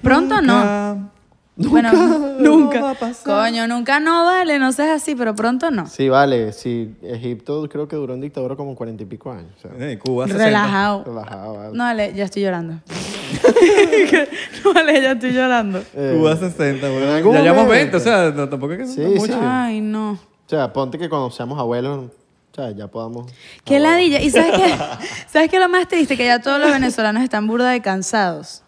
Speaker 2: Pronto no.
Speaker 1: Nunca
Speaker 2: Bueno, nunca.
Speaker 1: va a pasar.
Speaker 2: Coño, nunca no vale, no seas así, pero pronto no.
Speaker 3: Sí, vale. Sí, Egipto creo que duró en dictadura como cuarenta y pico años. o sea,
Speaker 1: Eh, Cuba, 60.
Speaker 2: Relajado.
Speaker 3: relajado, vale.
Speaker 2: No vale, ya estoy llorando. no vale, ya estoy llorando.
Speaker 3: Eh,
Speaker 1: Cuba 60,
Speaker 3: en
Speaker 1: bueno.
Speaker 3: algún
Speaker 1: Ya llevamos
Speaker 3: momento.
Speaker 1: 20, o sea, no- tampoco es que
Speaker 3: Sí,
Speaker 1: sea mucho.
Speaker 3: sí. Ah,
Speaker 2: Ay, no.
Speaker 3: O sea, ponte que cuando seamos abuelos, o sea, ya podamos...
Speaker 2: Qué ladilla. ¿Y sabes qué? ¿Sabes qué es lo más triste? Que ya todos los venezolanos están burda de cansados.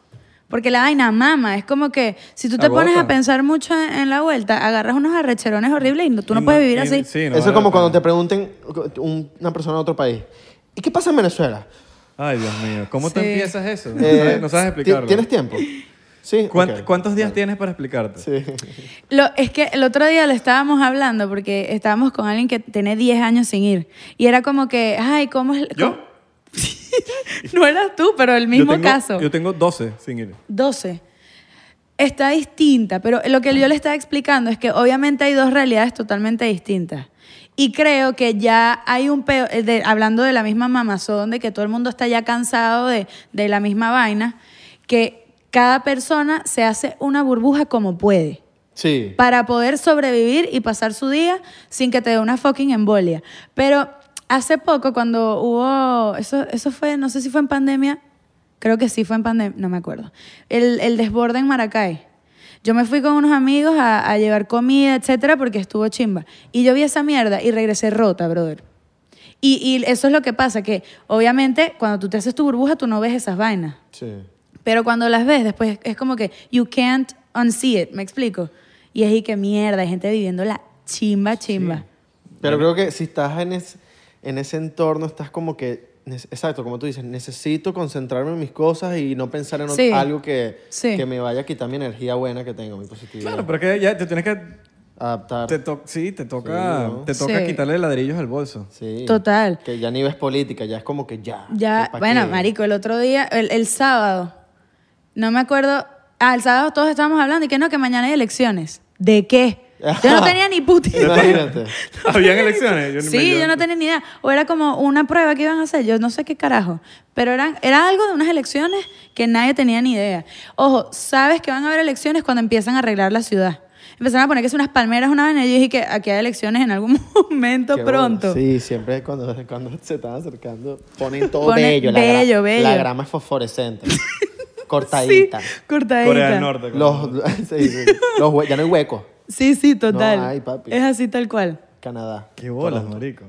Speaker 2: Porque la vaina mama. Es como que si tú te pones a
Speaker 1: Agota.
Speaker 2: pensar mucho en, en la vuelta, agarras unos arrecherones horribles y no- tú no
Speaker 1: Y
Speaker 2: puedes vivir
Speaker 1: y-
Speaker 2: así.
Speaker 1: Sí, no
Speaker 3: Eso
Speaker 1: vale
Speaker 3: es como
Speaker 1: la
Speaker 3: cuando te
Speaker 1: pena.
Speaker 3: pregunten un- una persona de otro país. ¿Y qué pasa en Venezuela?
Speaker 1: Ay, Dios mío. ¿Cómo
Speaker 2: Sí.
Speaker 1: te empiezas eso? No
Speaker 3: Eh,
Speaker 1: sabes- no sabes
Speaker 3: ti-
Speaker 1: explicarlo.
Speaker 3: ¿Tienes tiempo? Sí.
Speaker 1: ¿Cuán-
Speaker 3: ok.
Speaker 1: ¿Cuántos días tienes para explicarte?
Speaker 3: Sí.
Speaker 2: Lo, es que el otro día lo estábamos hablando porque estábamos con alguien que tiene 10 años sin ir. Y era como que, ay, ¿cómo es?
Speaker 1: ¿Yo?
Speaker 2: cómo- No eras tú, pero el mismo
Speaker 1: yo tengo,
Speaker 2: caso.
Speaker 1: Yo tengo 12 sin ir.
Speaker 2: 12. Está distinta, pero lo que yo le estaba explicando es que obviamente hay dos realidades totalmente distintas. Y creo que ya hay un peo, eh, de- hablando de la misma mamazón, de que todo el mundo está ya cansado de, de la misma vaina, que cada persona se hace una burbuja como puede
Speaker 3: Sí.
Speaker 2: para poder sobrevivir y pasar su día sin que te dé una fucking embolia. Pero hace poco cuando hubo, eso, eso fue, no sé si fue en pandemia, creo que sí fue en pandemia, no me acuerdo, el, el desborde en Maracay. Yo me fui con unos amigos a, a llevar comida, etcétera, porque estuvo chimba. Y yo vi esa mierda y regresé rota, brother. Y, y eso es lo que pasa, que obviamente cuando tú te haces tu burbuja, tú no ves esas vainas.
Speaker 3: Sí.
Speaker 2: Pero cuando las ves después es como que you can't unsee it, ¿me explico? Y es y que mierda, hay gente viviendo la chimba, chimba.
Speaker 3: Pero creo que si estás en, es- en ese entorno, estás como que... nes- Exacto, como tú dices, necesito concentrarme en mis cosas y no pensar en ot-
Speaker 2: Sí.
Speaker 3: algo que,
Speaker 2: Sí.
Speaker 3: que me vaya a quitar mi energía buena que tengo, mi positividad.
Speaker 1: Claro, pero es que ya te tienes que...
Speaker 3: Adaptar.
Speaker 1: Te to- sí, te toca,
Speaker 3: Sí, ¿no?
Speaker 1: te toca
Speaker 2: Sí.
Speaker 1: quitarle ladrillos al bolso.
Speaker 3: Sí.
Speaker 2: Total.
Speaker 3: Que ya ni ves política, ya es como que ya.
Speaker 2: Ya,
Speaker 3: ¿qué pa'
Speaker 2: bueno,
Speaker 3: qué?
Speaker 2: marico, el otro día, el, el sábado, no me acuerdo, ah, el sábado todos estábamos hablando y que no, que mañana hay elecciones. ¿De qué? Yo no tenía ni puta idea.
Speaker 3: Imagínate.
Speaker 1: ¿Habían elecciones? ni me-
Speaker 2: Sí, yo no tenía ni idea. O era como una prueba que iban a hacer, yo no sé qué carajo. Pero eran, era algo de unas elecciones que nadie tenía ni idea. Ojo, sabes que van a haber elecciones cuando empiezan a arreglar la ciudad. Empezaron a poner que son unas palmeras, una vaina, y yo dije que aquí hay elecciones en algún momento
Speaker 3: Qué bola.
Speaker 2: pronto.
Speaker 3: Sí, siempre cuando, cuando se están acercando ponen todo
Speaker 2: Ponen
Speaker 3: bello. La, gra-
Speaker 2: bello, bello.
Speaker 3: la grama es fosforescente.
Speaker 2: Sí,
Speaker 3: cortadita.
Speaker 2: cortadita.
Speaker 1: Corea del Norte. Corea del
Speaker 3: Los, sí, sí. Los hue- ya no hay hueco.
Speaker 2: Sí, sí, total.
Speaker 3: No hay, papi.
Speaker 2: Es así tal cual.
Speaker 3: Canadá.
Speaker 1: Qué bolas,
Speaker 3: Toronto.
Speaker 1: marico.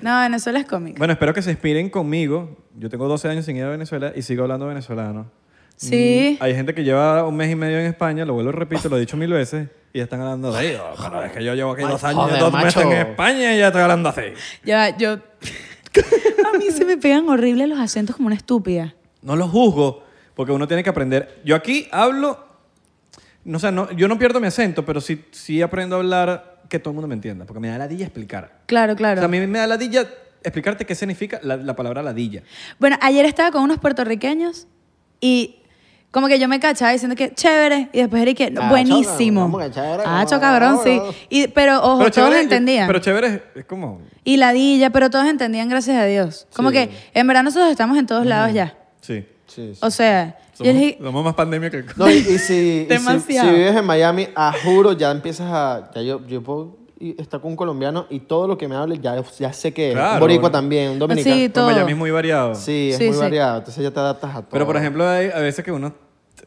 Speaker 2: No, Venezuela es cómica.
Speaker 1: Bueno, espero que se inspiren conmigo. Yo tengo 12 años sin ir a Venezuela y sigo hablando venezolano.
Speaker 2: Sí.
Speaker 1: Hay gente que lleva un mes y medio en España, lo vuelvo a repito, lo he dicho mil veces, y ya están hablando así. Oh, pero es que yo llevo aquí dos años,
Speaker 3: Joder,
Speaker 1: dos meses
Speaker 3: macho.
Speaker 1: en España y ya estoy hablando así.
Speaker 2: Ya, yo... a mí se me pegan horrible los acentos como una estúpida.
Speaker 1: No los juzgo, porque uno tiene que aprender. Yo aquí hablo, no, o sea, no, yo no pierdo mi acento, pero sí, sí aprendo a hablar que todo el mundo me entienda, porque me da ladilla explicar.
Speaker 2: Claro,
Speaker 1: O
Speaker 2: claro.
Speaker 1: sea, a mí me da ladilla explicarte qué significa la, la palabra ladilla.
Speaker 2: Bueno, ayer estaba con unos puertorriqueños y como que yo me cachaba diciendo que chévere y después era y que
Speaker 3: Ah,
Speaker 2: buenísimo.
Speaker 3: choca, vamos que chévere,
Speaker 2: ah,
Speaker 3: como-
Speaker 2: chocabrón, sí. Y, pero ojo, todos
Speaker 1: chévere,
Speaker 2: entendían.
Speaker 1: Pero chévere es- es como...
Speaker 2: y ladilla, pero todos entendían, gracias a Dios. Como
Speaker 3: Sí.
Speaker 2: que en verdad nosotros estamos en todos lados ya.
Speaker 1: Sí.
Speaker 3: Sí, sí.
Speaker 2: O sea, yo
Speaker 1: Somos,
Speaker 2: les dije,
Speaker 1: somos más pandemia que...
Speaker 3: No, y, y si, y si-
Speaker 2: Demasiado.
Speaker 3: si vives en Miami, a juro, ya empiezas a. Ya yo, yo puedo y- estar con un colombiano y todo lo que me hable, ya, ya sé que es. un
Speaker 1: Claro,
Speaker 3: boricua
Speaker 1: bueno.
Speaker 3: también, un dominicano.
Speaker 2: Sí,
Speaker 3: Sí,
Speaker 1: Pero Miami
Speaker 2: todo.
Speaker 1: es muy variado.
Speaker 3: es
Speaker 2: Sí,
Speaker 3: muy
Speaker 2: sí.
Speaker 3: variado. Entonces ya te adaptas a todo.
Speaker 1: Pero, por ejemplo, hay a veces que uno...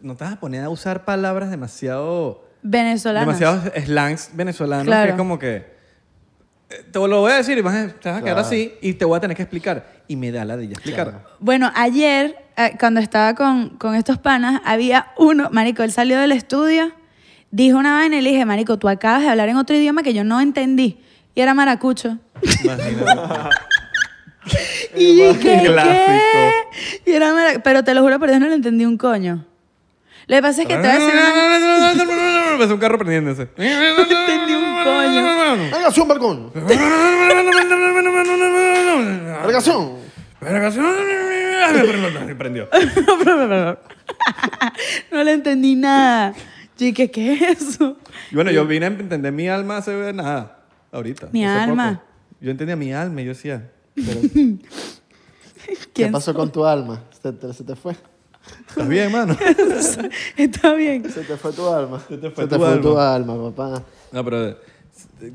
Speaker 1: No te vas a poner a usar palabras demasiado...
Speaker 2: venezolanos.
Speaker 1: Demasiados slangs venezolanos
Speaker 2: Claro.
Speaker 1: que es como que... eh, Te lo voy a decir y vas a, te vas a quedar
Speaker 3: Claro.
Speaker 1: así y te voy a tener que explicar. Y me da la de ya explicar.
Speaker 2: Bueno, ayer, eh, cuando estaba con, con estos panas, había uno, Marico, él salió del estudio, dijo una vaina y le dije, Marico, tú acabas de hablar en otro idioma que yo no entendí. Y era maracucho.
Speaker 1: Imagínate.
Speaker 2: Y yo dije, ¿qué?
Speaker 1: Clásico.
Speaker 2: Y era marac- Pero te lo juro, por Dios, no lo entendí un coño. Lo que pasa es que te voy a decir una...
Speaker 1: Es un carro prendiéndose.
Speaker 2: entendí un coño.
Speaker 3: ¡Regación, balcón! ¡Regación!
Speaker 1: Prendió.
Speaker 2: no le entendí nada. Yo dije, ¿qué es eso?
Speaker 1: Y bueno, yo vine a entender mi alma hace ve- nada, ahorita.
Speaker 2: Mi
Speaker 1: hace
Speaker 2: alma.
Speaker 1: poco. Yo entendía mi alma y yo decía,
Speaker 3: Pero, ¿Qué
Speaker 2: ¿Quién
Speaker 3: pasó con tu alma? ¿Se te, se te fue?
Speaker 1: ¿Estás bien, mano?
Speaker 2: Está bien.
Speaker 3: Se te fue tu alma. Se
Speaker 1: te fue tu alma.
Speaker 3: alma, papá.
Speaker 1: No, pero eh,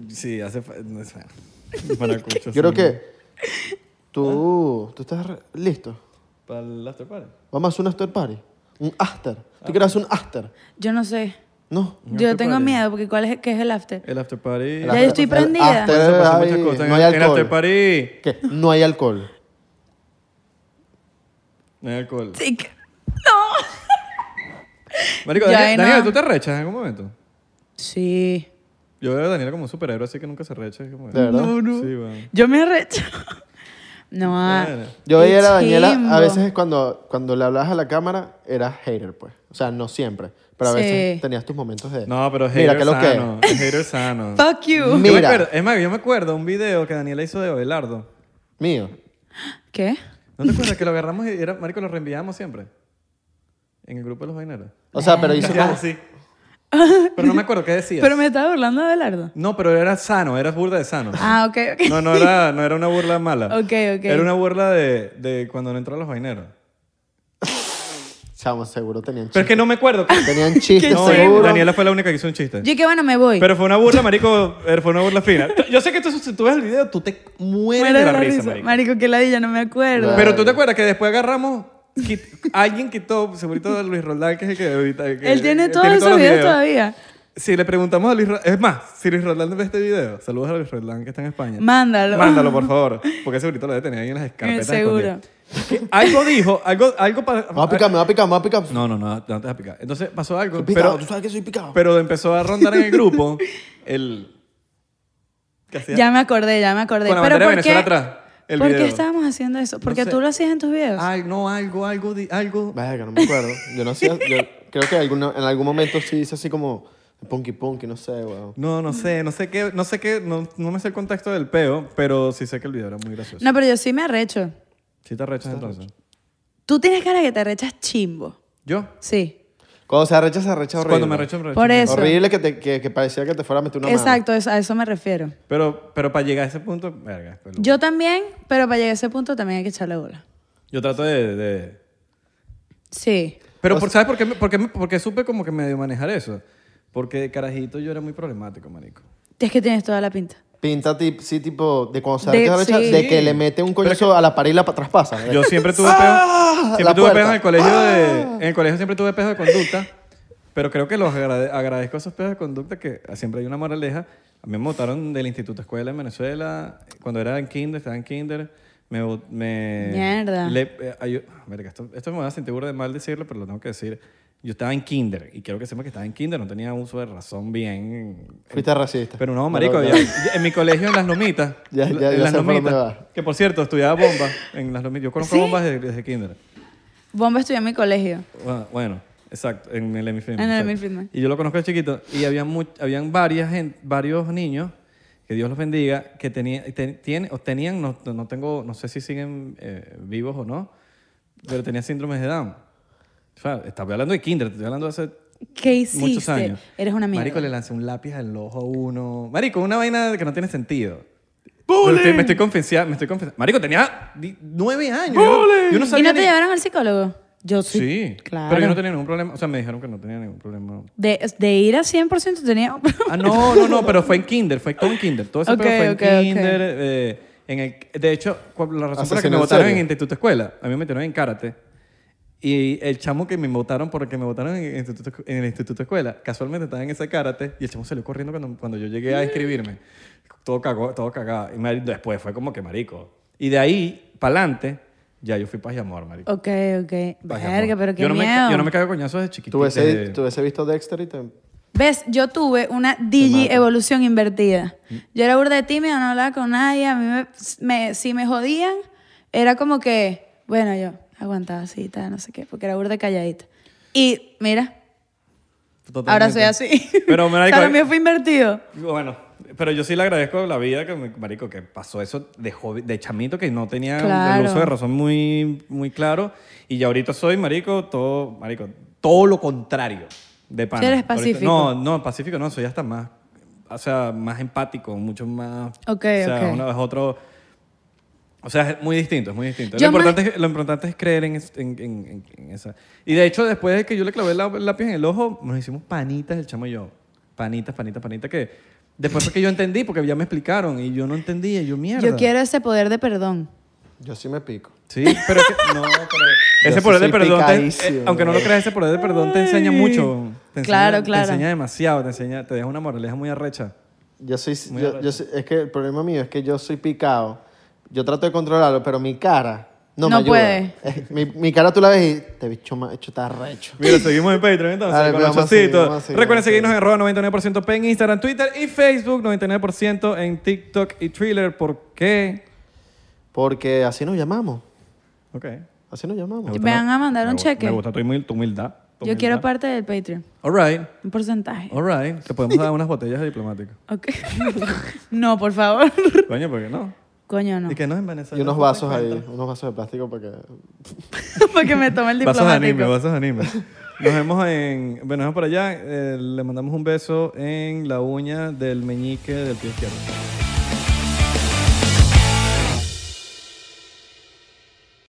Speaker 1: sí, hace falta... Maracucho.
Speaker 3: Yo creo que tú, tú estás re- listo.
Speaker 1: ¿Para el after party?
Speaker 3: Vamos a hacer un after party. Un after. ¿Tú quieres hacer un after?
Speaker 2: Yo no sé.
Speaker 3: No.
Speaker 1: No
Speaker 2: Yo
Speaker 1: te
Speaker 2: tengo
Speaker 1: pares.
Speaker 2: miedo porque ¿cuál es, qué es el after?
Speaker 1: El after party...
Speaker 2: Ya yo estoy
Speaker 3: El
Speaker 2: prendida.
Speaker 3: after
Speaker 1: Se pasan
Speaker 3: hay-
Speaker 1: muchas cosas.
Speaker 3: no
Speaker 1: en, el-
Speaker 3: hay
Speaker 1: en after
Speaker 3: alcohol.
Speaker 1: party
Speaker 3: ¿Qué? No hay alcohol.
Speaker 1: no hay alcohol.
Speaker 2: Sí. que-
Speaker 1: Marico,
Speaker 2: Ya,
Speaker 1: Daniel,
Speaker 2: no.
Speaker 1: Daniel, ¿tú te rechas en algún momento?
Speaker 2: Sí.
Speaker 1: Yo veo a Daniel como un superhéroe, así que nunca se recha. es como-
Speaker 3: De verdad.
Speaker 2: No, no.
Speaker 1: Sí, bueno.
Speaker 2: Yo me arrecho. No, ah.
Speaker 1: Bueno.
Speaker 3: Yo
Speaker 2: qué
Speaker 3: veía a la
Speaker 2: chimbo.
Speaker 3: Daniela, a veces cuando, cuando le hablabas a la cámara, eras hater, pues. O sea, no siempre. Pero a
Speaker 2: Sí.
Speaker 3: veces tenías tus momentos de.
Speaker 1: No, pero hater
Speaker 3: Mira, que lo
Speaker 1: sano.
Speaker 3: que.
Speaker 1: es Hater sano.
Speaker 2: Fuck you.
Speaker 1: Yo me
Speaker 3: Mira.
Speaker 1: acuerdo- es más, yo me acuerdo un video que Daniela hizo de Abelardo.
Speaker 3: Mío.
Speaker 2: ¿Qué?
Speaker 1: ¿No te acuerdas que lo agarramos y era, marico, lo reenviábamos siempre? En el grupo de los vaineros.
Speaker 3: O sea, pero hizo.
Speaker 1: Ya,
Speaker 3: como-
Speaker 1: sí. Pero no me acuerdo qué decías.
Speaker 2: Pero me estaba burlando de Belardo.
Speaker 1: No, pero era sano, eras burda de sano.
Speaker 2: Ah, ok, ok.
Speaker 1: No, no era, no era una burla mala.
Speaker 2: Ok, ok.
Speaker 1: Era una burla de, de cuando no entró a los vaineros.
Speaker 3: Chamo, seguro tenían
Speaker 1: Pero
Speaker 3: chistes.
Speaker 1: es que no me acuerdo.
Speaker 3: Tenían chistes,
Speaker 1: No,
Speaker 3: Ah, seguro.
Speaker 1: Daniela fue la única que hizo un chiste.
Speaker 2: Yo que bueno, me voy.
Speaker 1: Pero fue una burla, marico, eh, fue una burla fina. Yo sé que tú, si tú ves el video, tú te mueres
Speaker 2: Muero
Speaker 1: de la, risa, marico.
Speaker 2: que la no me acuerdo.
Speaker 3: Claro.
Speaker 1: Pero tú te acuerdas que después agarramos, quit- alguien quitó, segurito Luis Roldán, que es el que ahorita... que-
Speaker 2: Él tiene
Speaker 1: él
Speaker 2: todos esos
Speaker 1: los
Speaker 2: videos, todavía.
Speaker 1: Si le preguntamos a Luis Roldán, es más, si Luis Roldán ve este video, saludos a Luis Roldán que está en España.
Speaker 2: Mándalo. Eh,
Speaker 1: Mándalo, por favor, porque segurito lo debe tener ahí en las escarpetas.
Speaker 2: seguro.
Speaker 1: escondidas. Que Algo dijo, algo, algo para...
Speaker 3: Me va a picar, me va a picar, me va a picar.
Speaker 1: No, no, no, no te vas a picar. Entonces pasó algo,
Speaker 3: Soy picado,
Speaker 1: pero,
Speaker 3: tú sabes que soy picado.
Speaker 1: pero empezó a rondar en el grupo el... que hacía-
Speaker 2: Ya me acordé, ya me acordé.
Speaker 1: Con la
Speaker 2: Pero
Speaker 1: bandera de
Speaker 2: ¿por qué?
Speaker 1: Venezuela atrás, el
Speaker 2: ¿Por
Speaker 1: video.
Speaker 2: qué estábamos haciendo eso? Porque
Speaker 1: sé.
Speaker 2: tú lo hacías en tus videos.
Speaker 1: Ay, no, algo, algo, di- algo...
Speaker 3: Verga, no me acuerdo. Yo no hacía. Yo creo que alguno- en algún momento sí hice así como. Punky punky, no sé, weón.
Speaker 1: No, no sé, no sé qué, no sé qué, no, no me sé el contexto del peo, pero sí sé que el video era muy gracioso.
Speaker 2: No, pero yo sí me arrecho.
Speaker 1: ¿Sí te arrechas entonces?
Speaker 2: Tú tienes cara que te arrechas chimbo.
Speaker 1: ¿Yo?
Speaker 2: Sí.
Speaker 3: Cuando se arrecha, se arrecha horrible.
Speaker 1: Cuando me arrecho, me arrecho.
Speaker 2: Por eso.
Speaker 3: Horrible que, te, que, que parecía que te fuera a meter una mano.
Speaker 2: Exacto, eso- a eso me refiero.
Speaker 1: Pero, pero para llegar a ese punto, verga. pelo.
Speaker 2: Yo también, pero para llegar a ese punto también hay que echarle bola.
Speaker 1: Yo trato de... de-
Speaker 2: Sí.
Speaker 1: Pero, por, ¿sabes por qué, me- por, qué, me- por qué supe como que medio manejar eso? Porque de carajito yo era muy problemático, marico.
Speaker 2: Es que tienes toda la pinta.
Speaker 3: Pinta tip, sí, tipo, de cuando se
Speaker 2: De-
Speaker 3: arrecha, se arrecha,
Speaker 2: sí.
Speaker 3: de que le mete un coñazo a la pared y la pa- traspasa. ¿eh?
Speaker 1: Yo siempre tuve peos,
Speaker 3: ¡Ah!
Speaker 1: siempre
Speaker 3: La
Speaker 1: tuve
Speaker 3: puerta. Ah.
Speaker 1: peos en el colegio de, en el colegio siempre tuve peos de conducta, pero creo que los agrade- agradezco esos peos de conducta que siempre hay una moraleja. A mí me votaron del instituto escuela en Venezuela cuando era en kinder, estaba en kinder, me bot- me
Speaker 2: Mierda.
Speaker 1: le- eh, ay, yo- ah, verga, esto, esto me va a sentir burda de mal decirlo, pero lo tengo que decir. Yo estaba en kinder y quiero que sepa que estaba en kinder, no tenía uso de razón bien
Speaker 3: Fuiste racista.
Speaker 1: pero no, marico,
Speaker 3: ya.
Speaker 1: había- en mi colegio en Las Lomitas.
Speaker 3: Ya- ya-
Speaker 1: en
Speaker 3: ya
Speaker 1: Las
Speaker 3: sé por dónde
Speaker 1: Lomitas,
Speaker 3: va.
Speaker 1: Que por cierto, estudiaba bombas en Las Lomitas. Yo conozco
Speaker 2: ¿Sí?
Speaker 1: bombas desde, desde kinder.
Speaker 2: Bomba estudió en mi colegio.
Speaker 1: Bueno, bueno, exacto, en el Emifrimen.
Speaker 2: En el
Speaker 1: exacto.
Speaker 2: Emifrimen.
Speaker 1: Y yo lo conozco de chiquito. Y había mu- habían varias gen- varios niños, que Dios los bendiga, que tenía, te- tiene- o tenían, no, no tengo, no sé si siguen eh, vivos o no, pero tenían síndromes de Down. O sea, estaba hablando de kinder, te estoy hablando de hace
Speaker 2: ¿Qué hiciste?
Speaker 1: muchos años.
Speaker 2: Eres una mierda.
Speaker 1: Marico, le lancé un lápiz al ojo a uno. Marico, una vaina que no tiene sentido. Me estoy, me estoy confesia- me estoy confesando. Marico, tenía di- nueve años. Yo, no- yo no
Speaker 2: ¿Y
Speaker 1: sabía
Speaker 2: no te
Speaker 1: ni-
Speaker 2: llevaron al psicólogo? Yo sí.
Speaker 1: Sí,
Speaker 2: Claro.
Speaker 1: pero yo no tenía ningún problema. O sea, me dijeron que no tenía ningún problema.
Speaker 2: de, de ir a 100% tenía un problema.
Speaker 1: Ah, no, no, no, pero fue en kinder, fue todo en kinder. Todo ese
Speaker 2: Ok,
Speaker 1: pedo fue en
Speaker 2: ok, ok.
Speaker 1: kinder. eh, en el- de hecho, cu- la razón por la que me
Speaker 3: Asesino en
Speaker 1: votaron en
Speaker 3: serie.
Speaker 1: instituto escuela, a mí me metieron en karate. Y el chamo que me votaron porque me votaron en el instituto, en el instituto escuela, casualmente estaba en ese karate y el chamo salió corriendo cuando, cuando yo llegué a inscribirme. Todo cagó, todo cagado. Y mari- después fue como que marico. Y de ahí, para adelante, ya yo fui paz y amor, marico.
Speaker 2: Ok, ok.
Speaker 1: Paz y
Speaker 2: Verga,
Speaker 1: amor.
Speaker 2: pero qué
Speaker 1: yo no Me,
Speaker 2: miedo.
Speaker 1: ca- yo no me cago coñazos desde chiquito.
Speaker 3: Tú hubiese, tú hubiese visto Dexter y te...
Speaker 2: ¿Ves? Yo tuve una digi evolución invertida.
Speaker 1: Mm.
Speaker 2: Yo era burda de tímida, no hablaba con nadie. A mí, me, me- si me jodían, era como que, bueno, yo aguantaba así, tal, no sé qué, porque era burda de calladita. Y mira, ahora soy así.
Speaker 1: Pero, marico,
Speaker 2: Para mí fue invertido.
Speaker 1: Bueno, pero yo sí le agradezco la vida que, me- marico, que pasó eso de, joven, de chamito que no tenía
Speaker 2: Claro.
Speaker 1: el uso de razón muy, muy claro. Y ya ahorita soy, marico, todo, marico, todo lo contrario de pana.
Speaker 2: Sí, eres
Speaker 1: Ahorita-
Speaker 2: pacífico.
Speaker 1: No, no, pacífico no, soy hasta más, o sea, más empático, mucho más... o
Speaker 2: Ok,
Speaker 1: sea,
Speaker 2: ok.
Speaker 1: una- es otro... O sea, es muy distinto, es muy distinto. Lo
Speaker 2: Yo
Speaker 1: importante,
Speaker 2: más-
Speaker 1: es, lo importante es creer en, es- en- en- en- en esa. Y de hecho, después de que yo le clavé la- el lápiz en el ojo, nos hicimos panitas el chamo y yo. Panitas, panitas, panitas, que después fue que yo entendí, porque ya me explicaron y yo no entendía, y yo mierda.
Speaker 2: Yo quiero ese poder de perdón.
Speaker 3: Yo sí me pico.
Speaker 1: Sí, pero es que- no, pero
Speaker 3: Yo
Speaker 1: ese
Speaker 3: sí
Speaker 1: poder de
Speaker 3: soy
Speaker 1: perdón, te-
Speaker 3: picadísimo,
Speaker 1: eh, aunque no lo creas, ese poder de perdón te enseña mucho. Te enseña-
Speaker 2: Claro, claro.
Speaker 1: Te enseña demasiado, te enseña, te deja una moraleja muy arrecha.
Speaker 3: Yo soy,
Speaker 1: Muy
Speaker 3: yo-
Speaker 1: arrecho.
Speaker 3: yo soy- es que el problema mío es que yo soy picado. Yo trato de controlarlo, pero mi cara no,
Speaker 2: No
Speaker 3: me ayuda. Eh, Mi, mi cara tú la ves y te bicho más hecho, está recho.
Speaker 1: Mira, seguimos en Patreon entonces
Speaker 3: Dale,
Speaker 1: con
Speaker 3: pero
Speaker 1: los
Speaker 3: vamos a seguir,
Speaker 1: chocitos.
Speaker 3: vamos a seguir,
Speaker 1: Recuerden
Speaker 3: vamos a
Speaker 1: seguirnos en arroba 99% P en Instagram, Twitter y Facebook, 99% en TikTok y Thriller. ¿Por qué?
Speaker 3: Porque así nos llamamos.
Speaker 1: Ok.
Speaker 3: Así nos
Speaker 1: Me
Speaker 3: llamamos.
Speaker 1: gusta,
Speaker 2: Me van
Speaker 1: ¿no?
Speaker 2: a mandar
Speaker 1: Me
Speaker 2: un
Speaker 1: gu-
Speaker 2: cheque.
Speaker 1: Me gusta tu, humil- tu humildad. tu
Speaker 2: Yo quiero
Speaker 1: humildad.
Speaker 2: parte del Patreon.
Speaker 1: All right,
Speaker 2: Un porcentaje.
Speaker 1: all right. Te podemos dar unas botellas de diplomático.
Speaker 2: Ok. no, por favor.
Speaker 1: Coño, ¿por qué no?
Speaker 2: Coño, no.
Speaker 1: Y que no en Venezuela.
Speaker 3: Y unos
Speaker 1: no
Speaker 3: vasos
Speaker 1: se
Speaker 3: ahí,
Speaker 1: cuenta.
Speaker 3: unos vasos de plástico para que...
Speaker 2: Porque me toma el
Speaker 1: Vasos
Speaker 2: diplomático.
Speaker 1: anime, vasos anime. Nos vemos en. Bueno, nos vemos por allá. Eh, le mandamos un beso en la uña del meñique del pie izquierdo.